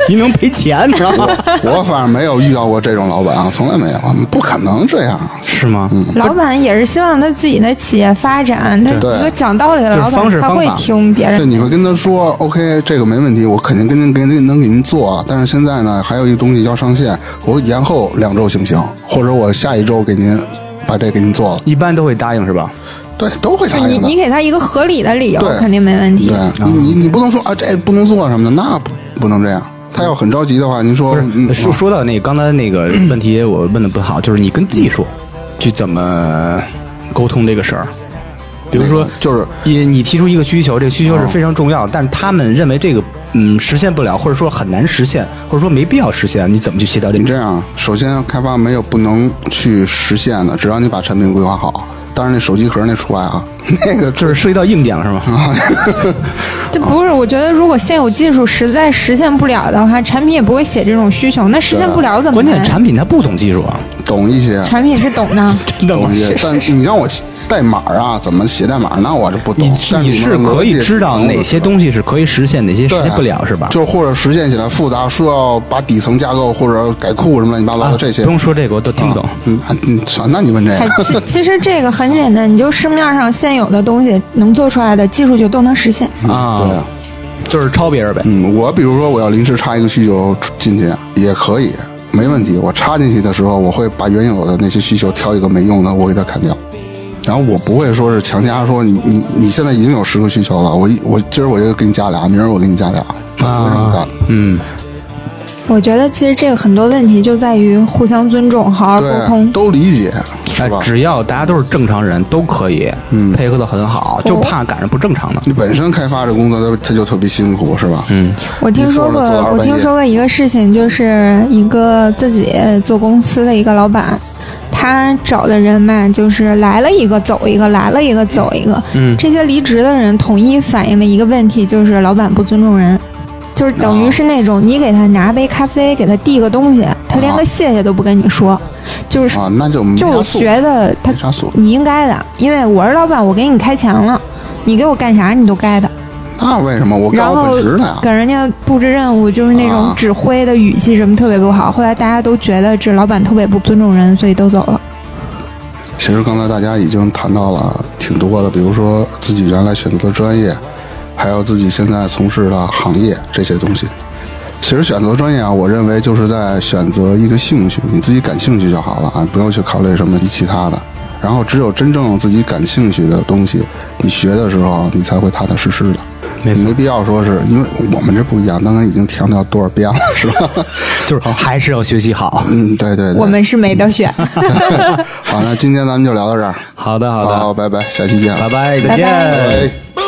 A: 你能赔钱，你知道吗？
D: 我反正没有遇到过这种老板啊，从来没有，不可能这样。啊
A: 是吗？嗯，
B: 老板也是希望他自己的企业发展，他一
D: 对
B: 个讲道理的
A: 就是
B: 老
A: 方
B: 板
A: 式
B: 他
A: 方
B: 会
A: 法
B: 听别
D: 对，
B: 人。
D: 你会跟他说，OK，这个没问题，我肯定跟您跟您能给您做啊。但是现在呢，还有一个东西要上线，我延后两周行不行？或者我下一周给您把这给您做了，
A: 一般都会答应是吧？
D: 对，都会答
B: 你
D: 应的
B: 你。给他一个合理的理由
D: 对，
B: 肯定没问题。
D: 对，哎你你不能说啊，这不能做什么的，那不不能这样。他要很着急的话，您说，嗯，
A: 说说到那个刚才那个问题，我问的不好，就是你跟技术去怎么沟通这个事儿。比如说
D: 那个，就是哦
A: 你你提出一个需求，这个需求是非常重要，但是他们认为这个嗯实现不了，或者说很难实现，或者说没必要实现，你怎么去协调这
D: 你
A: 个？
D: 这样，首先开发没有不能去实现的，只要你把产品规划好。当然，那手机壳那除外啊， 那个
A: 就是涉及到硬件了，是吗？
B: 这不是，我觉得如果现有技术实在实现不了的话，产品也不会写这种需求。那实现
D: 啊
B: 不了怎么
A: 关
B: 办？
A: 键产品它不懂技术啊，
D: 懂一些
B: 产品是懂 的，
A: 真的吗
D: 懂？一些，但你让我代码啊，怎么写代码，那我就不懂
A: 你。
D: 但
A: 你是可以知道哪些
D: 西
A: 东西是可以实现，哪些实现不了，是吧？
D: 啊就或者实现起来复杂，说要把底层架构或者改库什么乱七八糟
A: 啊
D: 的这些。
A: 不用说这个，我都听懂。
D: 嗯，还嗯，算那你问这
B: 还
D: 个，
B: 其其实这个很简单，你就市面上现有的东西能做出来的技术就都能实现。
A: 啊，
D: 对啊
A: 就是抄别人呗。
D: 嗯，我比如说我要临时插一个需求进去也可以，没问题。我插进去的时候，我会把原有的那些需求挑一个没用的，我给它砍掉。然后我不会说是强加说你你你现在已经有十个需求了，我一我今儿我就给你加俩，明儿我给你加俩，不会这么干。
A: 嗯，
B: 啊我觉得其实这个很多问题就在于互相尊重，好好沟
D: 对，啊
B: 通。
D: 都理解，
B: 哎
D: 是吧？嗯
A: 只要大家都是正常人，都可以配合的很
D: 哦
A: 好，就怕赶上不正常的。
D: 你本身开发这工作，它它就特别辛苦，是吧？嗯，
B: 我听说过
D: 你做了做了，二
B: 我
D: 半夜
B: 听说过一个事情，就是一个自己做公司的一个老板，他找的人嘛，就是来了一个走一个，来了一个走一个。
A: 嗯
B: 这些离职的人统一反映的一个问题就是老板不尊重人，就是等于是那种你给他拿杯咖啡，给他递个东西，他连个谢谢都不跟你说，就是
D: 啊，那就没
B: 就我
D: 啥素质
B: 觉得他
D: 没啥素质，
B: 你应该的，因为我是老板，我给你开钱了，你给我干啥你都该的。
D: 那为什么我
B: 然
D: 高
B: 后
D: 本职的呀？
B: 给人家布置任务，就是那种
D: 啊
B: 指挥的语气什么特别不好。后来大家都觉得这老板特别不尊重人，所以都走了。
D: 其实刚才大家已经谈到了挺多的，比如说自己原来选择的专业，还有自己现在从事的行业这些东西。其实选择专业啊，我认为就是在选择一个兴趣，你自己感兴趣就好了啊，不用去考虑什么其他的。然后只有真正自己感兴趣的东西，你学的时候你才会踏踏实实的。
A: 没错
D: 没必要说是因为我们这不一样，刚刚已经强调多少遍了，是吧？
A: 就是还是要学习好。
D: 嗯，对对对。
B: 我们是没得选，
D: 好，那今天咱们就聊到这儿。
A: 好的，好的，
D: 好拜拜，下期见。啊
A: 拜拜，再
B: 拜拜
A: 见。
D: 拜。
C: Blue